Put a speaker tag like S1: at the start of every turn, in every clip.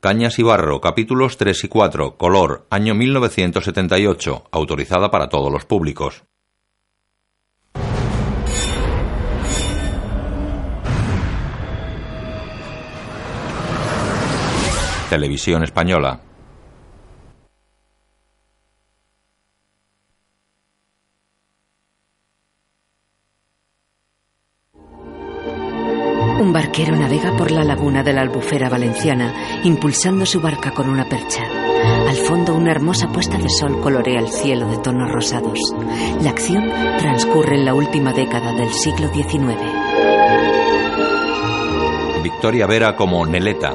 S1: Cañas y Barro, capítulos 3 y 4, color, año 1978, autorizada para todos los públicos. Televisión Española.
S2: Un barquero navega por la laguna de la albufera valenciana, impulsando su barca con una percha. Al fondo, una hermosa puesta de sol colorea el cielo de tonos rosados. La acción transcurre en la última década del siglo XIX.
S1: Victoria Vera como Neleta.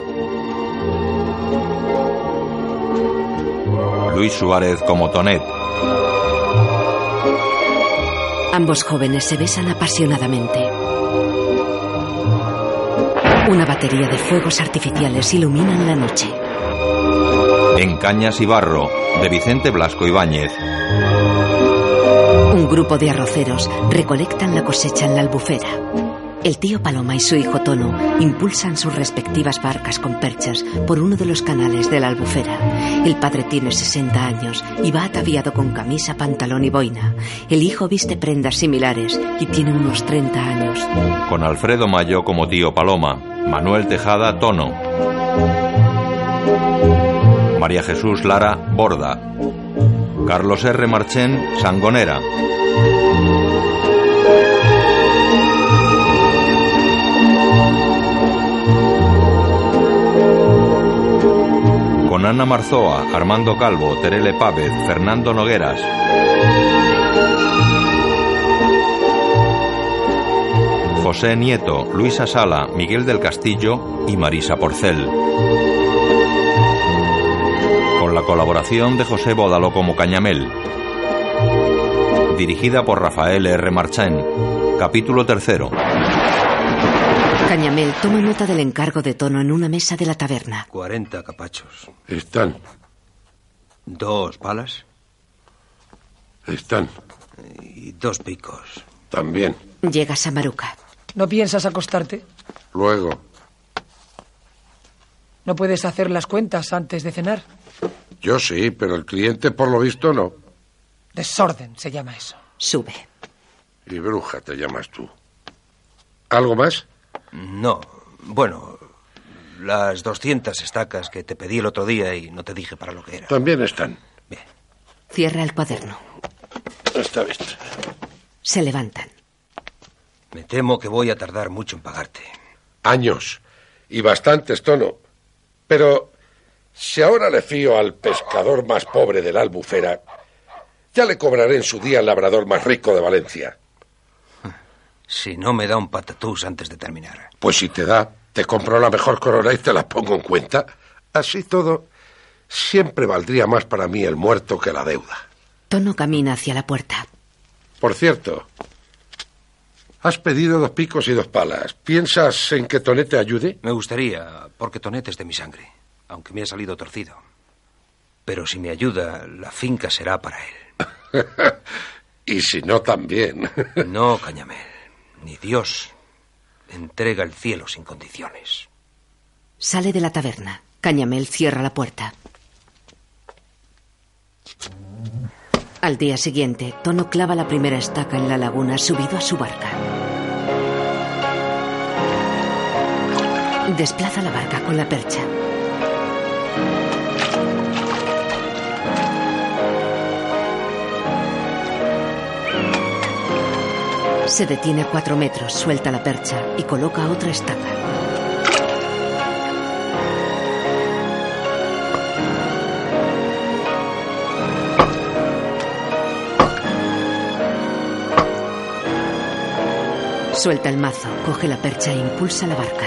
S1: Luis Suárez como Tonet.
S2: Ambos jóvenes se besan apasionadamente. Una batería de fuegos artificiales iluminan la noche.
S1: En Cañas y Barro, de Vicente Blasco Ibáñez.
S2: Un grupo de arroceros recolectan la cosecha en la albufera. El tío Paloma y su hijo Tono impulsan sus respectivas barcas con perchas por uno de los canales de la albufera. El padre tiene 60 años y va ataviado con camisa, pantalón y boina. El hijo viste prendas similares y tiene unos 30 años.
S1: Con Alfredo Mayo como tío Paloma, Manuel Tejada Tono. María Jesús Lara Borda. Carlos R. Marchén Sangonera. con Ana Marzoa, Armando Calvo, Terele Pávez, Fernando Nogueras. José Nieto, Luisa Sala, Miguel del Castillo y Marisa Porcel. Con la colaboración de José Bódalo como Cañamel. Dirigida por Rafael R. Marchán. Capítulo tercero.
S2: Cañamel toma nota del encargo de tono en una mesa de la taberna.
S3: 40 capachos.
S4: Están,
S3: Dos palas
S4: están,
S3: y dos picos.
S4: también.
S2: Llega Samaruca.
S5: ¿No piensas acostarte?
S4: Luego,
S5: No puedes hacer las cuentas antes de cenar.
S4: yo sí, pero el cliente por lo visto no.
S5: Desorden se llama eso.
S2: Sube.
S4: Y bruja te llamas tú. ¿Algo más?
S3: No, bueno, las 200 estacas que te pedí el otro día y no te dije para lo que era.
S4: También están.
S3: Bien.
S2: Cierra el cuaderno.
S4: Esta vista.
S2: Se levantan.
S3: Me temo que voy a tardar mucho en pagarte.
S4: Años. Y bastantes, tono. Pero si ahora le fío al pescador más pobre de la albufera, ya le cobraré en su día al labrador más rico de Valencia.
S3: Si no me da un patatús antes de terminar.
S4: Pues si te da, te compro la mejor corona y te la pongo en cuenta. Así todo, siempre valdría más para mí el muerto que la deuda.
S2: Tono camina hacia la puerta.
S4: Por cierto, has pedido dos picos y dos palas. ¿Piensas en que Toné te ayude?
S3: Me gustaría, porque Tonet es de mi sangre, aunque me ha salido torcido. Pero si me ayuda, la finca será para él.
S4: Y si no, también.
S3: No, Cañamel, ni Dios entrega el cielo sin condiciones.
S2: Sale de la taberna. Cañamel cierra la puerta. Al día siguiente, Tono clava la primera estaca en la laguna subido a su barca. Desplaza la barca con la percha. Se detiene a cuatro metros, suelta la percha y coloca otra estaca. Suelta el mazo, coge la percha e impulsa la barca.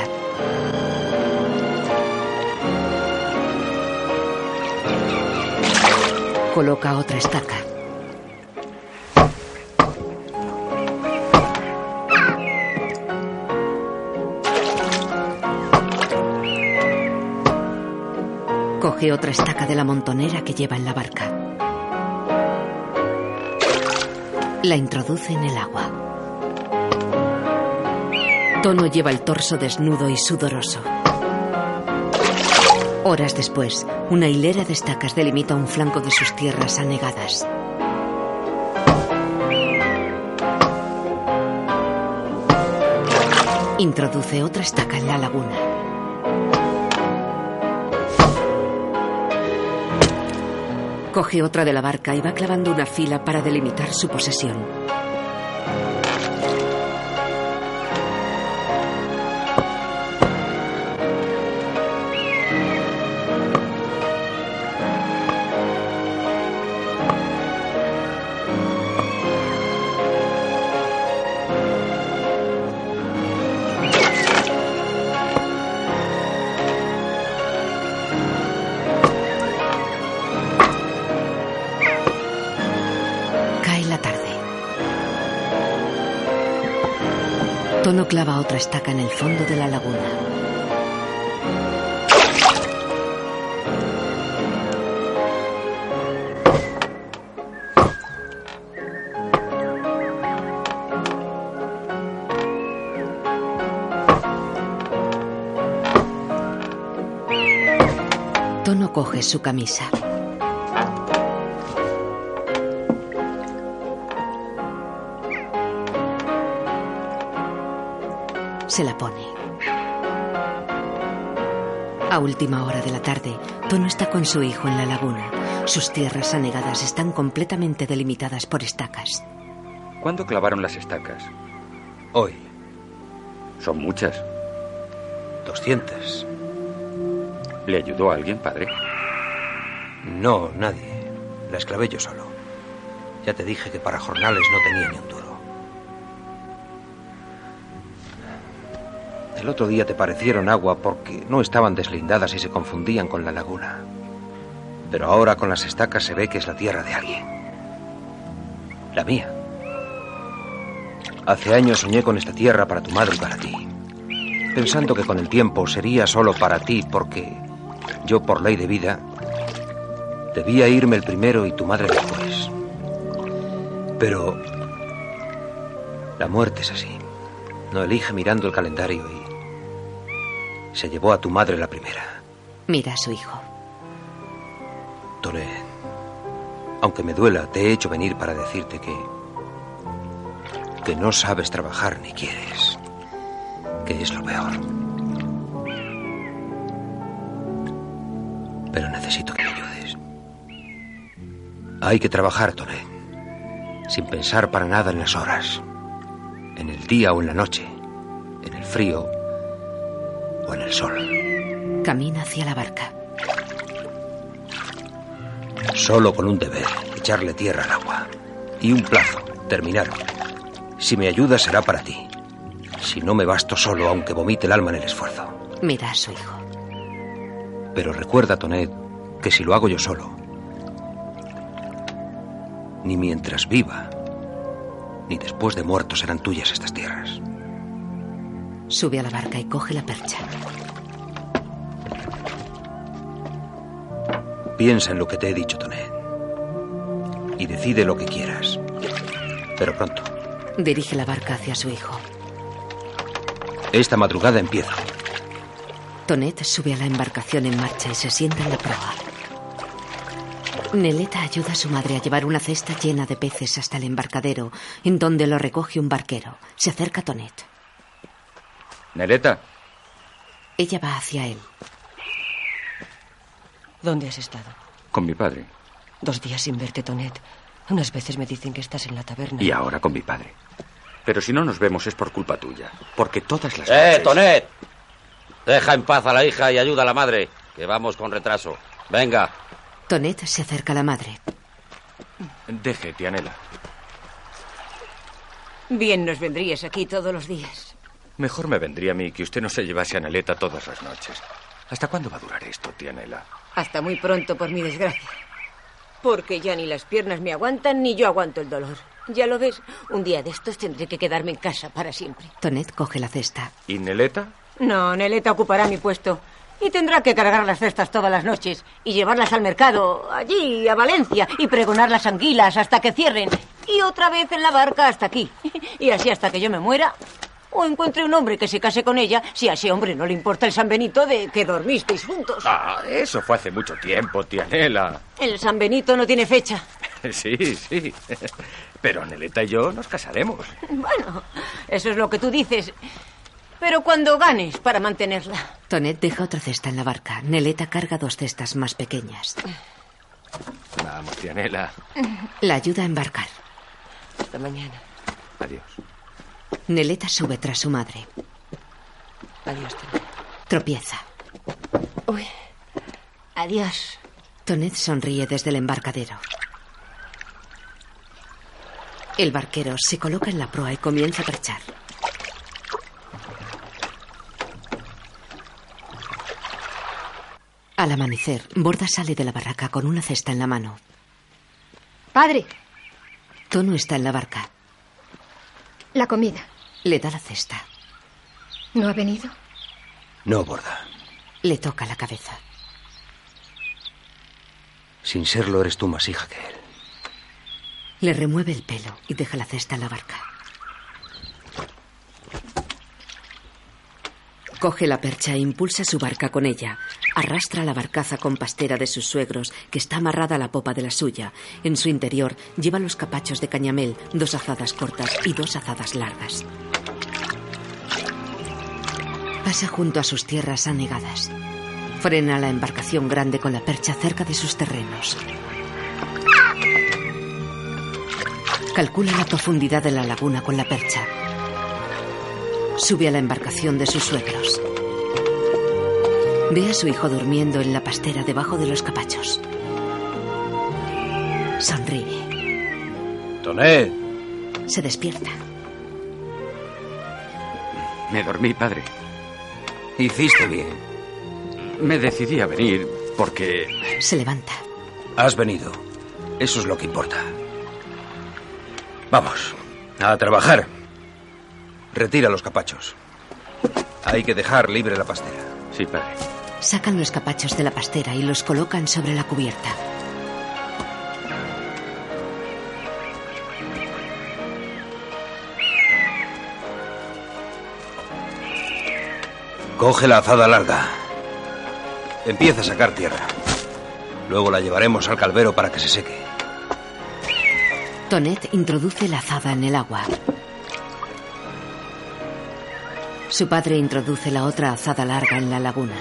S2: Coloca otra estaca. Coge otra estaca de la montonera que lleva en la barca. La introduce en el agua. Tono lleva el torso desnudo y sudoroso. Horas después, una hilera de estacas delimita un flanco de sus tierras anegadas. Introduce otra estaca en la laguna. Coge otra de la barca y va clavando una fila para delimitar su posesión. Cae la tarde. Tono clava otra estaca en el fondo de la laguna. Tono coge su camisa. Se la pone. A última hora de la tarde, Tono está con su hijo en la laguna. Sus tierras anegadas están completamente delimitadas por estacas.
S6: ¿Cuándo clavaron las estacas?
S3: Hoy,
S6: Son muchas.
S3: 200.
S6: ¿Le ayudó a alguien, padre?
S3: No, nadie. Las clavé yo solo. Ya te dije que para jornales no tenía ni un duro. El otro día te parecieron agua porque no estaban deslindadas y se confundían con la laguna. Pero ahora con las estacas se ve que es la tierra de alguien. La mía. Hace años soñé con esta tierra para tu madre y para ti. Pensando que con el tiempo sería solo para ti porque yo por ley de vida Debía irme el primero y tu madre después. Pero la muerte es así. No elige mirando el calendario y se llevó a tu madre la primera.
S2: Mira a su hijo.
S3: Tore, aunque me duela, te he hecho venir para decirte que que no sabes trabajar ni quieres. Que es lo peor. Pero necesito que me ayudes. Hay que trabajar, Tore. Sin pensar para nada en las horas. En el día o en la noche. En el frío o en el sol.
S2: Camina hacia la barca.
S3: Solo con un deber, echarle tierra al agua. Y un plazo, terminarlo. Si me ayudas será para ti. Si no me basto solo, aunque vomite el alma en el esfuerzo.
S2: Mira a su hijo.
S3: Pero recuerda, Tonet, que si lo hago yo solo, ni mientras viva, ni después de muerto serán tuyas estas tierras.
S2: Sube a la barca y coge la percha.
S3: Piensa en lo que te he dicho, Tonet. Y decide lo que quieras. Pero pronto,
S2: Dirige la barca hacia su hijo.
S3: esta madrugada empieza.
S2: Tonet sube a la embarcación en marcha y se sienta en la proa. Neleta ayuda a su madre a llevar una cesta llena de peces hasta el embarcadero, en donde lo recoge un barquero. Se acerca a Tonet.
S6: Neleta,
S2: Ella va hacia él.
S7: ¿Dónde has estado?
S6: con mi padre.
S7: Dos días sin verte, Tonet. Unas veces me dicen que estás en la taberna.
S6: Y ahora con mi padre. Pero si no nos vemos es por culpa tuya. Porque todas las
S8: ¡Eh,
S6: noches-
S8: Tonet! Deja en paz a la hija y ayuda a la madre, que vamos con retraso. Venga,
S2: Tonet se acerca a la madre.
S6: Déjete, Anela.
S9: Bien nos vendrías aquí todos los días.
S6: Mejor me vendría a mí que usted no se llevase a Neleta todas las noches. ¿Hasta cuándo va a durar esto, tía Nela?
S9: Hasta muy pronto, por mi desgracia. Porque ya ni las piernas me aguantan ni yo aguanto el dolor. Ya lo ves, un día de estos tendré que quedarme en casa para siempre.
S2: Tonet coge la cesta.
S6: ¿Y Neleta?
S9: No, Neleta ocupará mi puesto. Y tendrá que cargar las cestas todas las noches y llevarlas al mercado, allí, a Valencia, y pregonar las anguilas hasta que cierren. Y otra vez en la barca hasta aquí. Y así hasta que yo me muera. O encuentre un hombre que se case con ella, si a ese hombre no le importa el San Benito de que dormisteis juntos.
S6: Ah, eso fue hace mucho tiempo, tía Nela.
S9: El San Benito no tiene fecha.
S6: Sí, sí. Pero Neleta y yo nos casaremos.
S9: Bueno, eso es lo que tú dices. Pero cuando ganes para mantenerla.
S2: Tonet deja otra cesta en la barca. Neleta carga dos cestas más pequeñas.
S6: Vamos, tía Nela.
S2: La ayuda a embarcar.
S7: Hasta mañana.
S6: Adiós.
S2: Neleta sube tras su madre.
S7: Adiós, Tonet.
S2: Tropieza.
S9: Uy. Adiós.
S2: Tonet sonríe desde el embarcadero. El barquero se coloca en la proa y comienza a perchar. Al amanecer, Borda sale de la barraca con una cesta en la mano.
S10: Padre,
S2: Tono está en la barca.
S10: la comida.
S2: Le da la cesta.
S10: ¿No ha venido?
S3: No, Borda.
S2: Le toca la cabeza.
S3: Sin serlo, eres tú más hija que él.
S2: Le remueve el pelo y deja la cesta en la barca. Coge la percha e impulsa su barca con ella. Arrastra la barcaza con pastera de sus suegros, que está amarrada a la popa de la suya. En su interior lleva los capachos de cañamel, dos azadas cortas y dos azadas largas. Pasa junto a sus tierras anegadas. Frena la embarcación grande con la percha cerca de sus terrenos. Calcula la profundidad de la laguna con la percha. Sube a la embarcación de sus suegros. Ve a su hijo durmiendo en la pastera debajo de los capachos. Sonríe.
S3: Tonet.
S2: Se despierta.
S6: Me dormí, padre.
S3: Hiciste bien.
S6: Me decidí a venir porque...
S2: Se levanta.
S3: Has venido. Eso es lo que importa. Vamos, a trabajar. Retira los capachos. Hay que dejar libre la pastera.
S6: Sí, padre.
S2: Sacan los capachos de la pastera y los colocan sobre la cubierta.
S3: Coge la azada larga. Empieza a sacar tierra. Luego la llevaremos al calvero para que se seque.
S2: Tonet introduce la azada en el agua. Su padre introduce la otra azada larga en la laguna.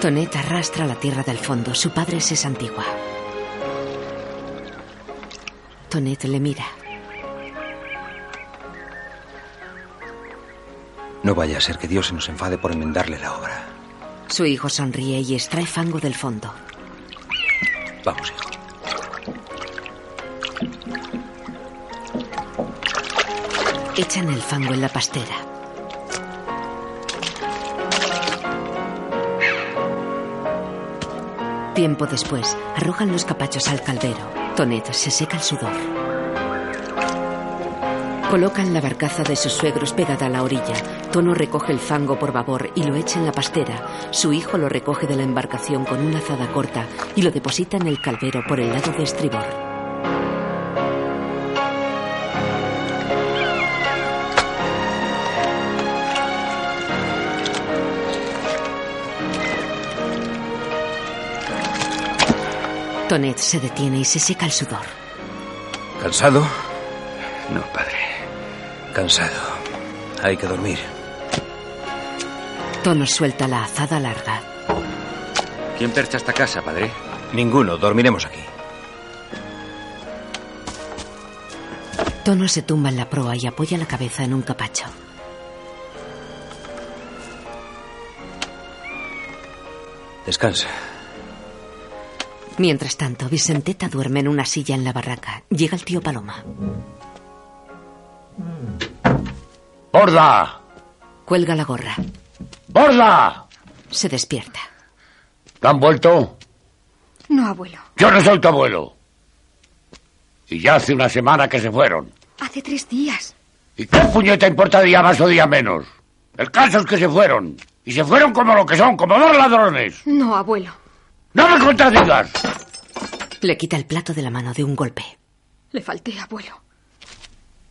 S2: Tonet arrastra la tierra del fondo. Su padre se santigua. Tonet le mira.
S3: No vaya a ser que Dios se nos enfade por enmendarle la obra.
S2: Su hijo sonríe y extrae fango del fondo.
S3: Vamos, hijo.
S2: Echan el fango en la pastera. Tiempo después, arrojan los capachos al caldero. Tonet se seca el sudor. Colocan la barcaza de sus suegros pegada a la orilla. Tono recoge el fango por babor y lo echa en la pastera. Su hijo lo recoge de la embarcación con una azada corta y lo deposita en el caldero por el lado de estribor. Tonet se detiene y se seca el sudor.
S3: ¿Cansado?
S6: No, padre.
S3: Cansado. Hay que dormir.
S2: Tono suelta la azada larga.
S6: ¿Quién percha esta casa, padre?
S3: Ninguno, dormiremos aquí.
S2: Tono se tumba en la proa y apoya la cabeza en un capacho.
S3: Descansa.
S2: Mientras tanto, Vicenteta duerme en una silla en la barraca. Llega el tío Paloma.
S11: ¡Borda!
S2: Cuelga la gorra.
S11: ¡Borda!
S2: Se despierta.
S11: ¿Te han vuelto?
S10: No, abuelo.
S11: Yo no soy tu abuelo. Y ya hace una semana que se fueron.
S10: Hace tres días.
S11: ¿Y qué puñeta importa día más o día menos? El caso es que se fueron. Y se fueron como lo que son, como dos ladrones.
S10: No, abuelo.
S11: ¡No me contradigas!
S2: Le quita el plato de la mano de un golpe.
S10: Le falté, abuelo.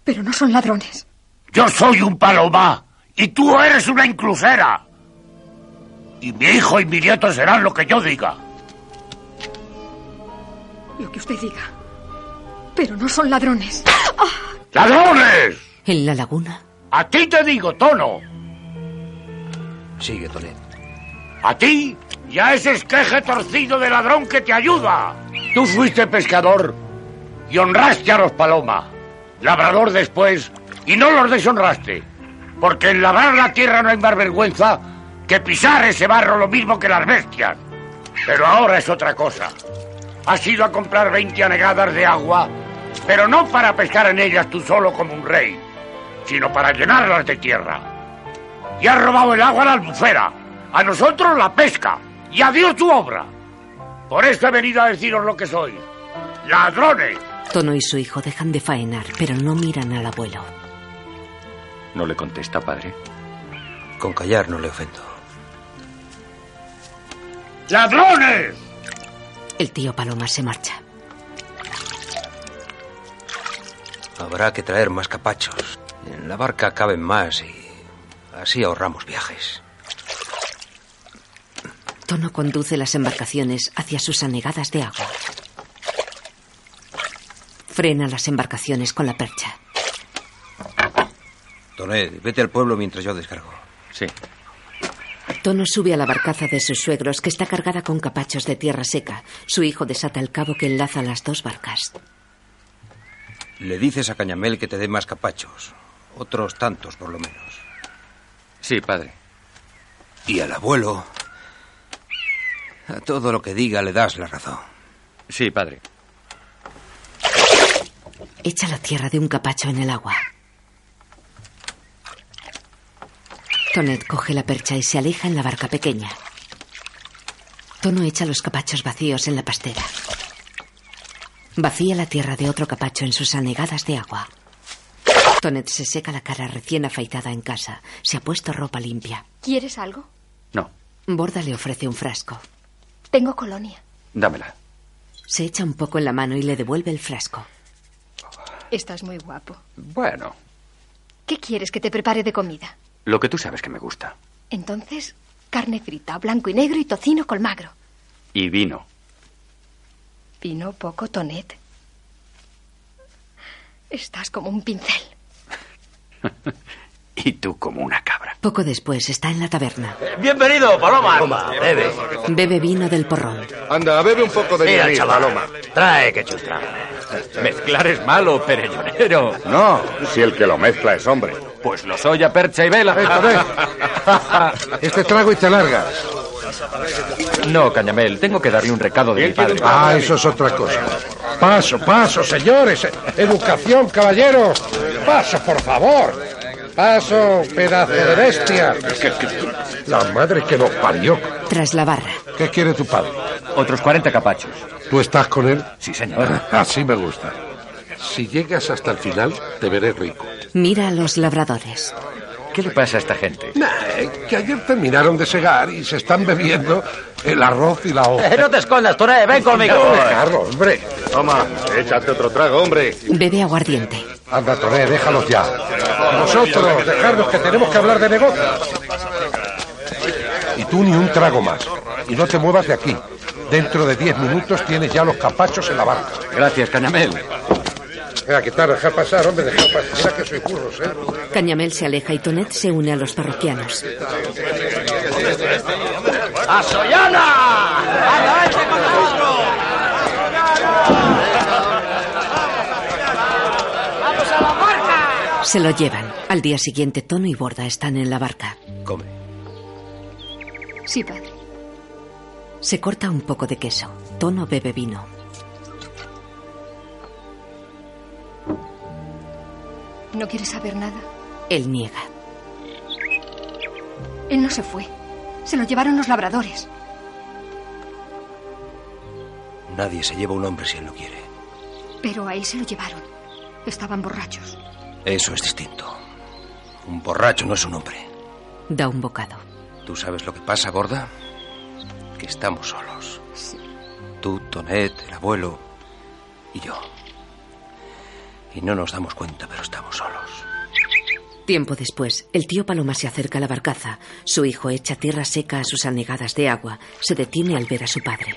S10: Pero no son ladrones.
S11: Yo soy un paloma y tú eres una inclusera. Y mi hijo y mi nieto serán lo que yo diga.
S10: Lo que usted diga. Pero no son ladrones.
S11: ¡Ladrones!
S2: En la laguna.
S11: A ti te digo, Tono.
S3: Sigue, Tonet.
S11: A ti y a ese esqueje torcido de ladrón que te ayuda. Tú fuiste pescador y honraste a los paloma. Labrador después y no los deshonraste. Porque en labrar la tierra no hay más vergüenza que pisar ese barro lo mismo que las bestias. Pero ahora es otra cosa. Has ido a comprar 20 anegadas de agua, pero no para pescar en ellas tú solo como un rey, sino para llenarlas de tierra. Y has robado el agua a la albufera, a nosotros la pesca, y a Dios tu obra. Por esto he venido a deciros lo que soy. ¡Ladrones!
S2: Tono y su hijo dejan de faenar, pero no miran al abuelo.
S6: No le contesta, padre.
S3: Con callar no le ofendo.
S11: ¡Ladrones!
S2: El tío Paloma se marcha.
S3: Habrá que traer más capachos. En la barca caben más y así ahorramos viajes.
S2: Tono conduce las embarcaciones hacia sus anegadas de agua. Frena las embarcaciones con la percha.
S3: Tonet, vete al pueblo mientras yo descargo.
S6: Sí.
S2: Tono sube a la barcaza de sus suegros, que está cargada con capachos de tierra seca. Su hijo desata el cabo que enlaza las dos barcas.
S3: Le dices a Cañamel que te dé más capachos. Otros tantos, por lo menos.
S6: Sí, padre.
S3: Y al abuelo. A todo lo que diga le das la razón.
S6: Sí, padre.
S2: Echa la tierra de un capacho en el agua. Tonet coge la percha y se aleja en la barca pequeña. Tono echa los capachos vacíos en la pastera. Vacía la tierra de otro capacho en sus anegadas de agua. Tonet se seca la cara recién afeitada en casa. Se ha puesto ropa limpia.
S10: ¿Quieres algo?
S6: No.
S2: Borda le ofrece un frasco.
S10: Tengo colonia.
S6: Dámela.
S2: Se echa un poco en la mano y le devuelve el frasco.
S10: Estás muy guapo.
S6: Bueno.
S10: ¿Qué quieres que te prepare de comida?
S6: Lo que tú sabes que me gusta.
S10: Entonces, carne frita, blanco y negro y tocino colmagro.
S6: Y vino.
S10: Vino poco, Tonet. Estás como un pincel.
S6: y tú como una cabra.
S2: Poco después está en la taberna.
S12: Bienvenido, Paloma. Paloma, bebe.
S2: Bebe vino del porrón.
S4: Anda, bebe un poco de
S12: Mira,
S4: vinil,
S12: chaval.
S4: Paloma.
S12: Trae que chustra.
S6: Mezclar es malo, perellonero.
S4: No, si el que lo mezcla es hombre.
S6: Pues lo soy a percha y vela.
S4: Esta vez. Este trago y te largas.
S6: No, Cañamel, tengo que darle un recado de mi padre.
S4: Ah, eso es otra cosa. Paso, paso, señores. Educación, caballero. Paso, por favor. Paso, pedazo de bestia. La madre que nos parió.
S2: Tras la barra,
S4: ¿Qué quiere tu padre?
S6: Otros 40 capachos.
S4: ¿Tú estás con él?
S6: Sí, señor.
S4: Así me gusta. Si llegas hasta el final, te veré rico.
S2: mira a los labradores.
S6: ¿Qué le pasa a esta gente?
S4: Nah, eh, que ayer terminaron de segar y se están bebiendo el arroz y la hoja.
S12: Eh, no te escondas, Toré, ven conmigo.
S4: Carlos, hombre.
S13: Toma, échate otro trago, hombre.
S2: Bebe aguardiente.
S4: Anda, Toré, déjalos ya. Nosotros, dejarnos que tenemos que hablar de negocio. Y tú ni un trago más. Y no te muevas de aquí. Dentro de diez minutos tienes ya los capachos en la barca.
S6: Gracias, Cañamel.
S4: Venga, quitar, dejar pasar, hombre, dejar pasar. Mira que soy curros, ¿eh?
S2: Cañamel se aleja y Tonet se une a los parroquianos.
S4: ¿eh?
S12: ¡A Sollana! ¡Venga, vente con nosotros! ¡Vamos a la barca!
S2: Se lo llevan. Al día siguiente, Tono y Borda están en la barca.
S3: Come.
S10: Sí, padre.
S2: Se corta un poco de queso. Tono bebe vino.
S10: No quiere saber nada.
S2: Él niega.
S10: Él no se fue. Se lo llevaron los labradores.
S3: Nadie se lleva un hombre si él no quiere.
S10: Pero a él se lo llevaron. Estaban borrachos.
S3: Eso es distinto. Un borracho no es un hombre.
S2: Da un bocado.
S3: ¿Tú sabes lo que pasa, gorda? Que estamos solos. Tú, Tonet, el abuelo y yo. Y no nos damos cuenta, pero estamos solos.
S2: Tiempo después, el tío Paloma se acerca a la barcaza. Su hijo echa tierra seca a sus anegadas de agua. Se detiene al ver a su padre.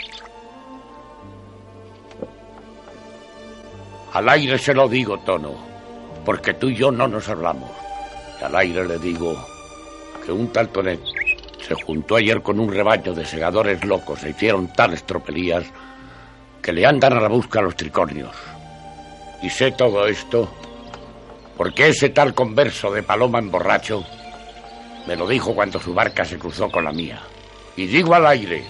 S11: Al aire se lo digo, Tono, porque tú y yo no nos hablamos. Y al aire le digo que un tal Tonet se juntó ayer con un rebaño de segadores locos e hicieron tales tropelías que le andan a la busca a los tricornios. Y sé todo esto porque ese tal converso de Paloma en borracho me lo dijo cuando su barca se cruzó con la mía. Y digo al aire,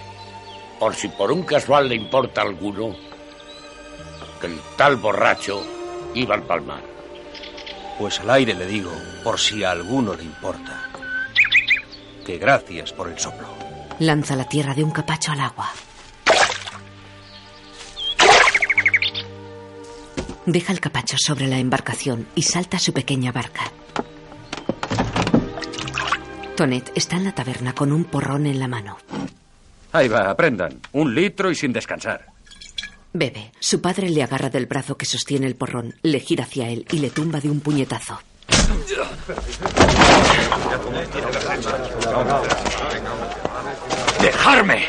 S11: por si por un casual le importa a alguno, que el tal borracho iba al palmar.
S3: Pues al aire le digo, por si a alguno le importa, que gracias por el soplo.
S2: Lanza la tierra de un capacho al agua. Deja el capacho sobre la embarcación y salta a su pequeña barca. Tonet está en la taberna con un porrón en la mano.
S12: Ahí va, aprendan. Un litro y sin descansar.
S2: Bebe. Su padre le agarra del brazo que sostiene el porrón, le gira hacia él y le tumba de un puñetazo.
S12: ¡Dejarme!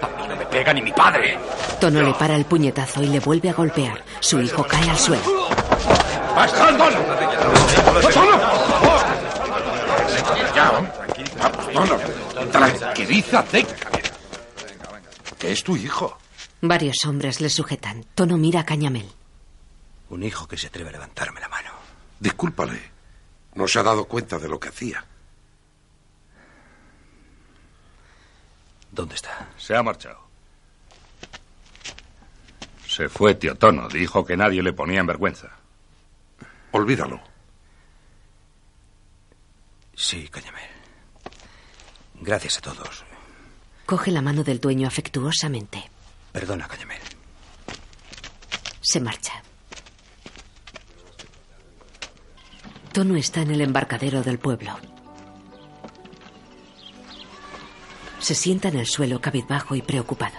S12: A mí no me pega ni mi padre.
S2: Tono le para el puñetazo y le vuelve a golpear. Su hijo cae al suelo.
S11: ¡Bastandón!
S4: Vamos, tranquilízate. Que es tu hijo.
S2: Varios hombres le sujetan. Tono mira a Cañamel.
S3: Un hijo que se atreve a levantarme la mano.
S14: Discúlpale. No se ha dado cuenta de lo que hacía.
S3: ¿Dónde está?
S6: Se ha marchado. Se fue tío Tono. Dijo que nadie le ponía en vergüenza.
S14: Olvídalo.
S3: Sí, Cañamel. Gracias a todos.
S2: Coge la mano del dueño afectuosamente.
S3: Perdona, Cañamel.
S2: Se marcha. Tono está en el embarcadero del pueblo. Se sienta en el suelo cabizbajo y preocupado.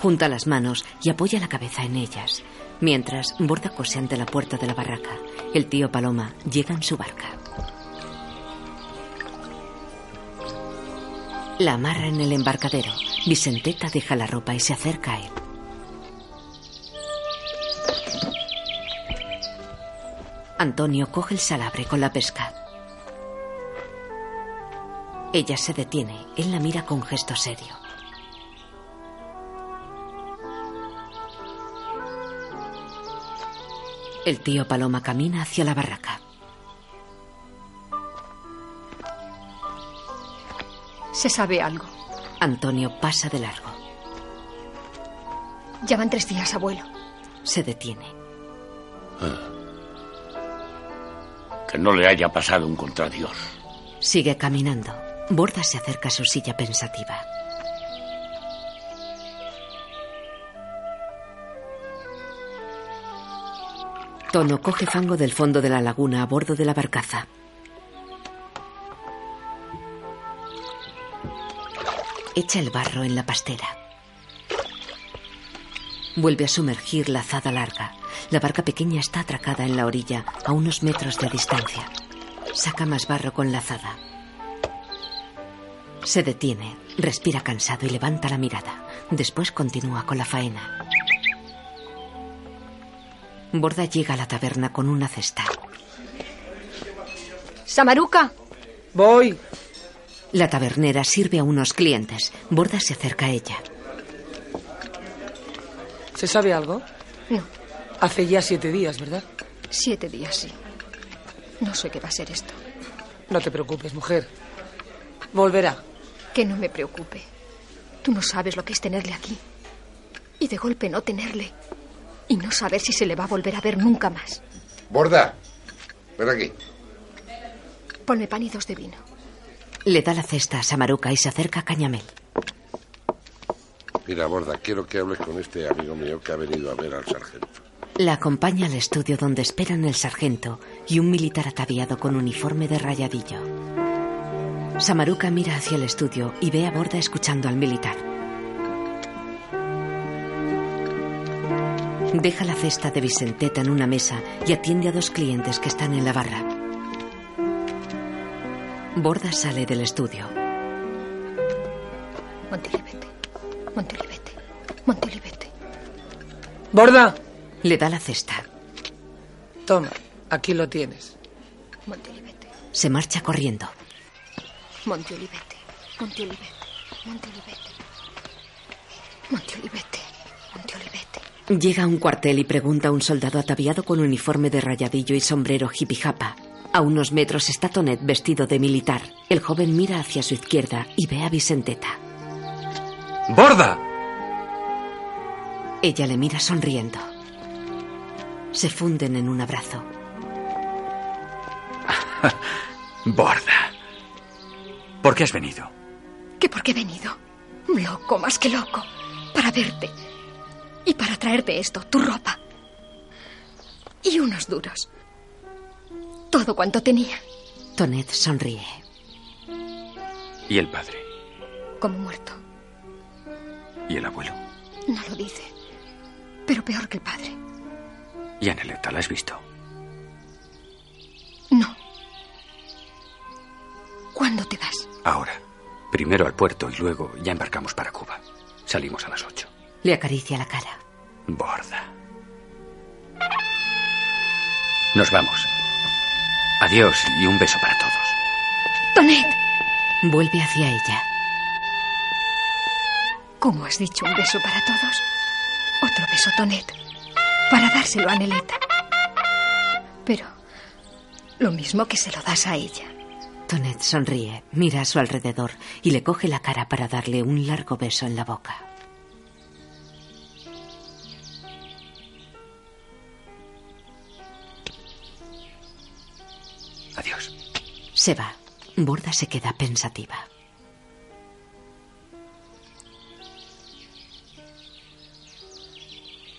S2: Junta las manos y apoya la cabeza en ellas. Mientras, borda cose ante la puerta de la barraca. El tío Paloma llega en su barca. La amarra en el embarcadero. Vicenteta deja la ropa y se acerca a él. Antonio coge el salabre con la pesca. Ella se detiene. Él la mira con gesto serio. El tío Paloma camina hacia la barraca.
S10: Se sabe algo.
S2: Antonio pasa de largo.
S10: Ya van tres días, abuelo.
S2: Se detiene.
S3: Ah.
S11: Que no le haya pasado un contradios.
S2: Sigue caminando. Borda se acerca a su silla pensativa. Tono coge fango del fondo de la laguna a bordo de la barcaza. Echa el barro en la pastera. Vuelve a sumergir la azada larga. La barca pequeña está atracada en la orilla, a unos metros de distancia. Saca más barro con la azada. Se detiene, respira cansado y levanta la mirada. Después continúa con la faena. Borda llega a la taberna con una cesta.
S10: Samaruca,
S5: Voy.
S2: La tabernera sirve a unos clientes. Borda se acerca a ella.
S5: ¿Se sabe algo?
S10: No.
S5: Hace ya siete días, ¿verdad?
S10: siete días, sí. No sé qué va a ser esto.
S5: No te preocupes, mujer. Volverá.
S10: Que no me preocupe. Tú no sabes lo que es tenerle aquí. Y de golpe no tenerle. Y no saber si se le va a volver a ver nunca más.
S4: Borda, ven aquí.
S10: Ponme pan y dos de vino.
S2: Le da la cesta a Samaruca y se acerca a Cañamel.
S4: Mira, Borda, quiero que hables con este amigo mío que ha venido a ver al sargento.
S2: La acompaña al estudio donde esperan el sargento y un militar ataviado con uniforme de rayadillo. Samaruca mira hacia el estudio y ve a Borda escuchando al militar. Deja la cesta de Vicenteta en una mesa y atiende a dos clientes que están en la barra. Borda sale del estudio.
S10: Montilivete. Montilivete. Montilivete.
S5: Borda.
S2: Le da la cesta.
S5: Toma, aquí lo tienes.
S10: Montilivete.
S2: Se marcha corriendo.
S10: Monte Olivete. Monte Olivete. Monte Olivete. Monte Olivete. Monte Olivete.
S2: Llega a un cuartel y pregunta a un soldado ataviado con uniforme de rayadillo y sombrero jipijapa. A unos metros está Tonet vestido de militar. El joven mira hacia su izquierda y ve a Vicenteta.
S8: ¡Borda!
S2: Ella le mira sonriendo. Se funden en un abrazo.
S6: Borda. ¿Por qué has venido?
S10: ¿Qué por qué he venido? Loco, más que loco. Para verte. Y para traerte esto, tu ropa. Y unos duros. Todo cuanto tenía.
S2: Tonet sonríe.
S6: ¿Y el padre?
S10: Como muerto.
S6: ¿Y el abuelo?
S10: No lo dice. Pero peor que el padre.
S6: ¿Y Aneleta? ¿La has visto?
S10: No. ¿Cuándo te vas?
S6: Ahora. Primero al puerto y luego ya embarcamos para Cuba. Salimos a las ocho.
S2: Le acaricia la cara.
S6: Borda. Nos vamos. Adiós y un beso para todos.
S10: Tonet.
S2: Vuelve hacia ella.
S10: ¿Cómo has dicho un beso para todos? Otro beso, Tonet. Para dárselo a Neleta. Pero lo mismo que se lo das a ella.
S2: Tonet sonríe, mira a su alrededor y le coge la cara para darle un largo beso en la boca.
S6: Adiós.
S2: Se va. Borda se queda pensativa.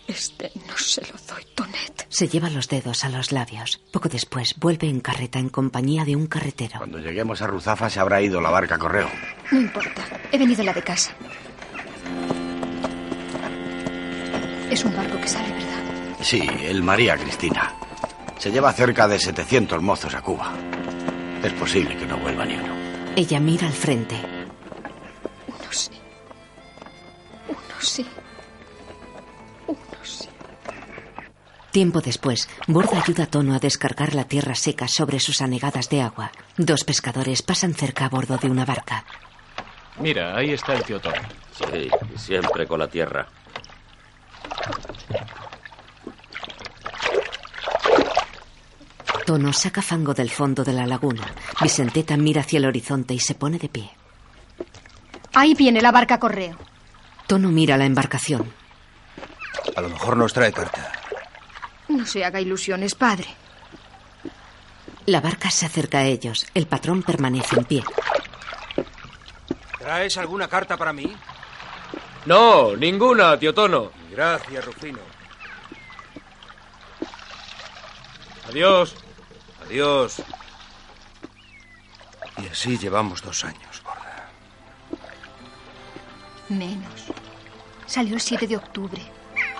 S10: Este no se lo doy, Tonet.
S2: Se lleva los dedos a los labios. Poco después vuelve en carreta en compañía de un carretero.
S15: Cuando lleguemos a Ruzafa se habrá ido la barca correo.
S10: No importa. He venido en la de casa. Es un barco que sale, ¿verdad?
S15: Sí, el María Cristina. Se lleva cerca de 700 mozos a Cuba. Es posible que no vuelva ni uno.
S2: Ella mira al frente.
S10: Uno sí. Uno sí. Uno sí.
S2: Tiempo después, Borda ayuda a Tono a descargar la tierra seca sobre sus anegadas de agua. Dos pescadores pasan cerca a bordo de una barca.
S16: Mira, ahí está el tío Tono.
S8: Sí, siempre con la tierra.
S2: Tono saca fango del fondo de la laguna. Vicenteta mira hacia el horizonte y se pone de pie.
S10: Ahí viene la barca correo.
S2: Tono mira la embarcación.
S3: A lo mejor nos trae carta.
S10: No se haga ilusiones, padre.
S2: La barca se acerca a ellos. El patrón permanece en pie.
S3: ¿Traes alguna carta para mí?
S16: No, ninguna, tío Tono.
S3: Gracias, Rufino.
S16: Adiós.
S3: Adiós. Y así llevamos dos años, Borda.
S10: Menos. Salió el 7 de octubre.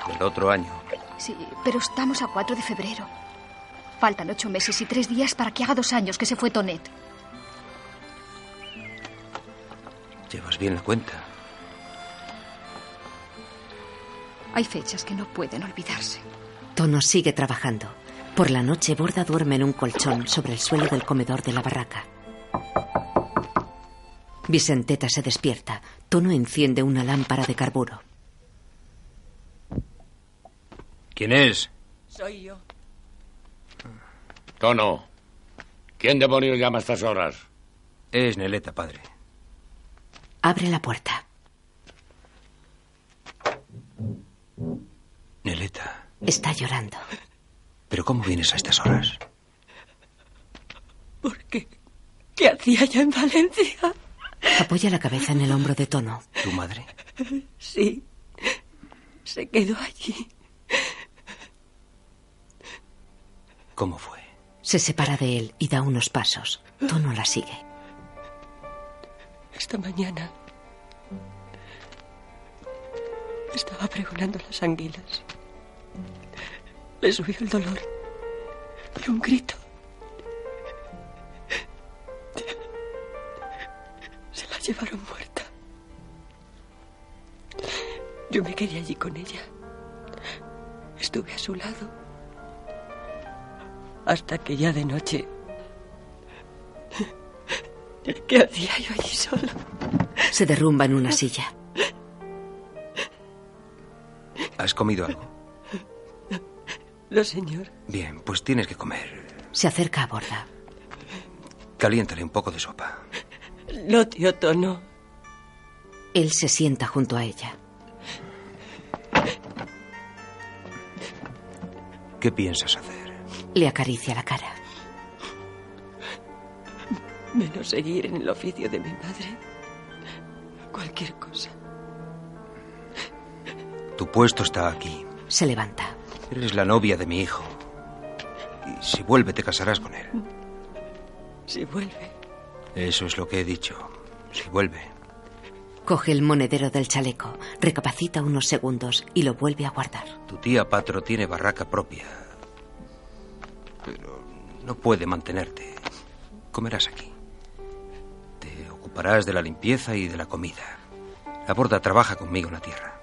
S3: Del otro año.
S10: Sí, pero estamos a 4 de febrero. Faltan ocho meses y tres días para que haga dos años que se fue Tonet.
S3: Llevas bien la cuenta.
S10: Hay fechas que no pueden olvidarse.
S2: Tono sigue trabajando. Por la noche, Borda duerme en un colchón sobre el suelo del comedor de la barraca. Vicenteta se despierta. Tono enciende una lámpara de carburo.
S16: ¿Quién es?
S17: Soy yo.
S16: Tono.
S12: ¿Quién demonios llama a estas horas?
S3: Es Neleta, padre.
S2: Abre la puerta.
S3: Neleta,
S2: Está llorando.
S3: ¿pero cómo vienes a estas horas?
S17: ¿Por qué? ¿Qué hacía yo en Valencia?
S2: Apoya la cabeza en el hombro de Tono.
S3: ¿Tu madre?
S17: Sí. Se quedó allí.
S3: ¿Cómo fue?
S2: Se separa de él y da unos pasos. Tono la sigue.
S17: Esta mañana estaba pregonando las anguilas. Le subió el dolor y un grito. Se la llevaron muerta. Yo me quedé allí con ella. Estuve a su lado hasta que ya de noche ¿Qué hacía yo allí solo?
S2: Se derrumba en una silla.
S3: ¿Has comido algo?
S17: No, señor.
S3: Bien, pues tienes que comer.
S2: Se acerca a borda.
S3: Caliéntale un poco de sopa.
S17: No, tío Tono.
S2: Él se sienta junto a ella.
S3: ¿Qué piensas hacer?
S2: Le acaricia la cara.
S17: Menos seguir en el oficio de mi madre. Cualquier cosa.
S3: Tu puesto está aquí.
S2: Se levanta.
S3: Eres la novia de mi hijo. Y si vuelve, te casarás con él.
S17: Si vuelve.
S3: Eso es lo que he dicho. Si vuelve.
S2: Coge el monedero del chaleco, recapacita unos segundos y lo vuelve a guardar.
S3: Tu tía Patro tiene barraca propia. Pero no puede mantenerte. Comerás aquí. Te ocuparás de la limpieza y de la comida. La borda trabaja conmigo en la tierra.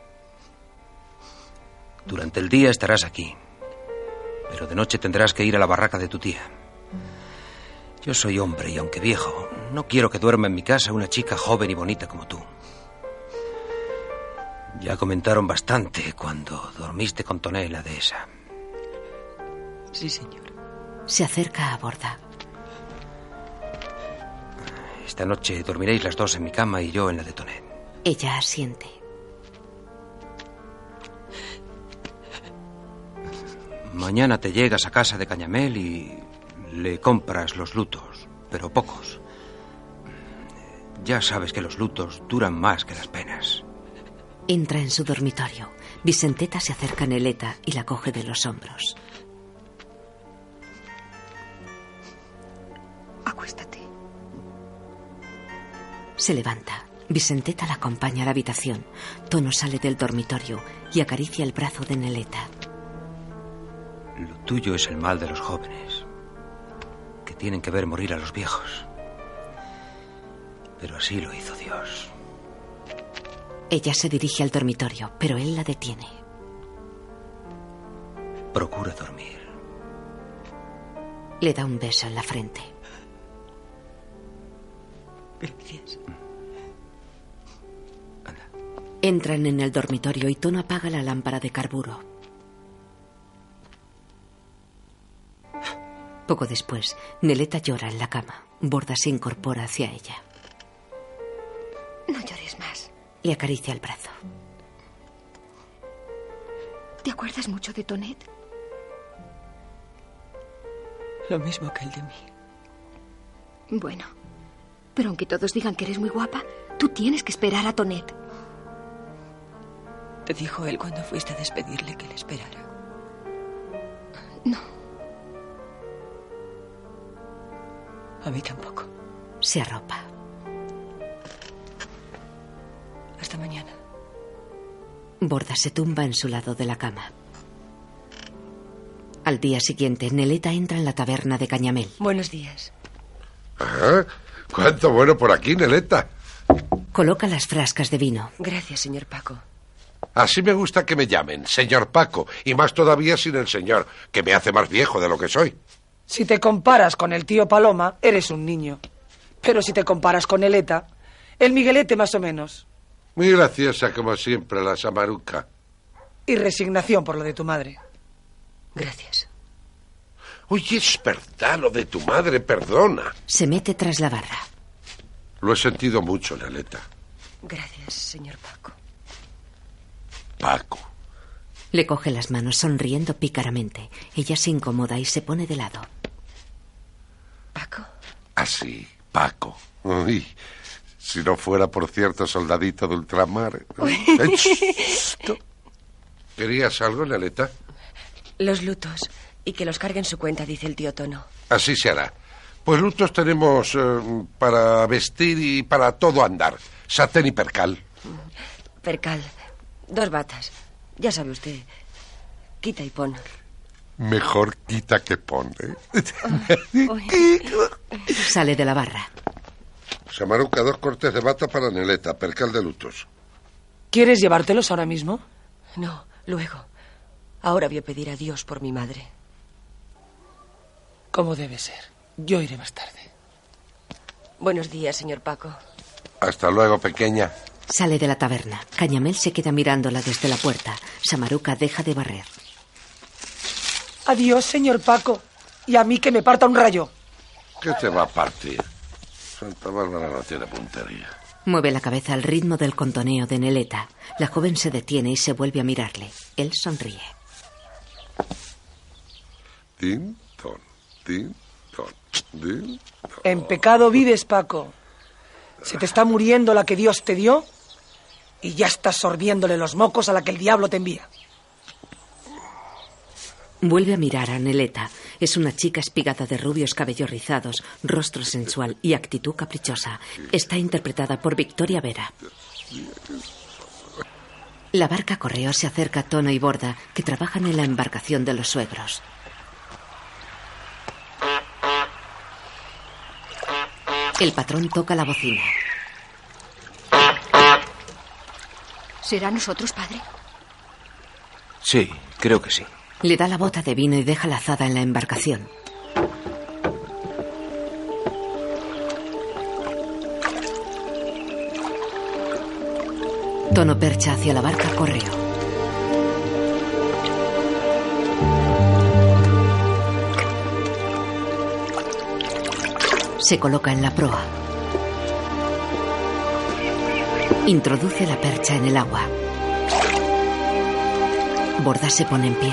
S3: Durante el día estarás aquí. Pero de noche tendrás que ir a la barraca de tu tía. Yo soy hombre y aunque viejo, no quiero que duerma en mi casa una chica joven y bonita como tú. Ya comentaron bastante cuando dormiste con Toné en la dehesa.
S17: Sí, señor.
S2: Se acerca a borda.
S3: Esta noche dormiréis las dos en mi cama y yo en la de Toné.
S2: Ella asiente.
S3: Mañana te llegas a casa de Cañamel y le compras los lutos, pero pocos. Ya sabes que los lutos duran más que las penas.
S2: Entra en su dormitorio. Vicenteta se acerca a Neleta y la coge de los hombros.
S10: Acuéstate.
S2: Se levanta. Vicenteta la acompaña a la habitación. Tono sale del dormitorio y acaricia el brazo de Neleta.
S3: Lo tuyo es el mal de los jóvenes, que tienen que ver morir a los viejos. Pero así lo hizo Dios.
S2: Ella se dirige al dormitorio, pero él la detiene.
S3: Procura dormir.
S2: Le da un beso en la frente.
S17: Gracias.
S2: Entran en el dormitorio y Tono apaga la lámpara de carburo. Poco después, Neleta llora en la cama. Borda se incorpora hacia ella.
S10: No llores más.
S2: Le acaricia el brazo.
S10: ¿Te acuerdas mucho de Tonet?
S17: Lo mismo que el de mí.
S10: Bueno, pero aunque todos digan que eres muy guapa, tú tienes que esperar a Tonet.
S17: Te dijo él cuando fuiste a despedirle que le esperara.
S10: No.
S17: A mí tampoco.
S2: Se arropa.
S17: Hasta mañana.
S2: Borda se tumba en su lado de la cama. Al día siguiente, Neleta entra en la taberna de Cañamel.
S7: Buenos días.
S4: Ah, ¿Cuánto bueno por aquí, Neleta?
S2: Coloca las frascas de vino.
S7: Gracias, señor Paco.
S4: Así me gusta que me llamen, señor Paco, y más todavía sin el señor, que me hace más viejo de lo que soy.
S5: Si te comparas con el tío Paloma, eres un niño. Pero si te comparas con Eleta, el Miguelete más o menos.
S4: Muy graciosa como siempre la Samaruca.
S5: Y resignación por lo de tu madre.
S7: Gracias.
S4: Oye, es verdad lo de tu madre, perdona.
S2: Se mete tras la barra.
S4: Lo he sentido mucho, Neleta.
S7: Gracias, señor Paco.
S4: Paco.
S2: Le coge las manos sonriendo pícaramente. Ella se incomoda y se pone de lado.
S4: Así, Paco. Uy, si no fuera por cierto soldadito de ultramar.
S6: Eh,
S4: ¿Querías algo, Neleta?
S7: Los lutos y que los cargue en su cuenta, dice el tío Tono.
S4: Así se hará. Pues lutos tenemos eh, para vestir y para todo andar. Satén y percal.
S7: Percal, dos batas. Ya sabe usted. Quita y pon.
S4: Mejor quita que pone.
S6: Eh,
S2: Sale de la barra.
S4: Samaruca, dos cortes de bata para Neleta, percal de lutos.
S5: ¿Quieres llevártelos ahora mismo?
S7: No, luego. Ahora voy a pedir a Dios por mi madre.
S5: Como debe ser. Yo iré más tarde.
S7: Buenos días, señor Paco.
S4: Hasta luego, pequeña.
S2: Sale de la taberna. Cañamel se queda mirándola desde la puerta. Samaruca deja de barrer.
S5: Adiós, señor Paco. Y a mí que me parta un rayo.
S4: ¿Qué te va a partir? Santa Bárbara no tiene puntería.
S2: Mueve la cabeza al ritmo del contoneo de Neleta. La joven se detiene y se vuelve a mirarle. Él sonríe.
S4: Tin, ton, tin, ton, din.
S5: En pecado vives, Paco. Se te está muriendo la que Dios te dio y ya estás sorbiéndole los mocos a la que el diablo te envía.
S2: Vuelve a mirar a Neleta. Es una chica espigada de rubios cabellos rizados, rostro sensual y actitud caprichosa. Está interpretada por Victoria Vera. La barca correo se acerca a Tono y Borda, que trabajan en la embarcación de los suegros. El patrón toca la bocina.
S10: ¿Será nosotros, padre?
S3: Sí, creo que sí.
S2: Le da la bota de vino y deja la azada en la embarcación. Tono percha hacia la barca correo. Se coloca en la proa. Introduce la percha en el agua. Borda se pone en pie.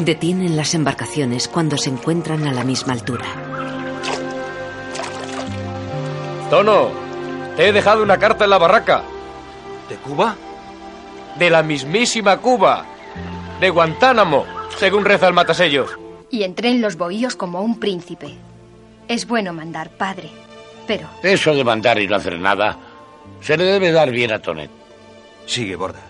S2: Detienen las embarcaciones cuando se encuentran a la misma altura.
S16: Tono, te he dejado una carta en la barraca.
S6: ¿De Cuba?
S16: De la mismísima Cuba. De Guantánamo, según reza el matasellos.
S10: Y entré en los bohíos como un príncipe. Es bueno mandar, padre, pero
S18: Eso de mandar y no hacer nada se le debe dar bien a Tonet.
S3: Sigue, Borda.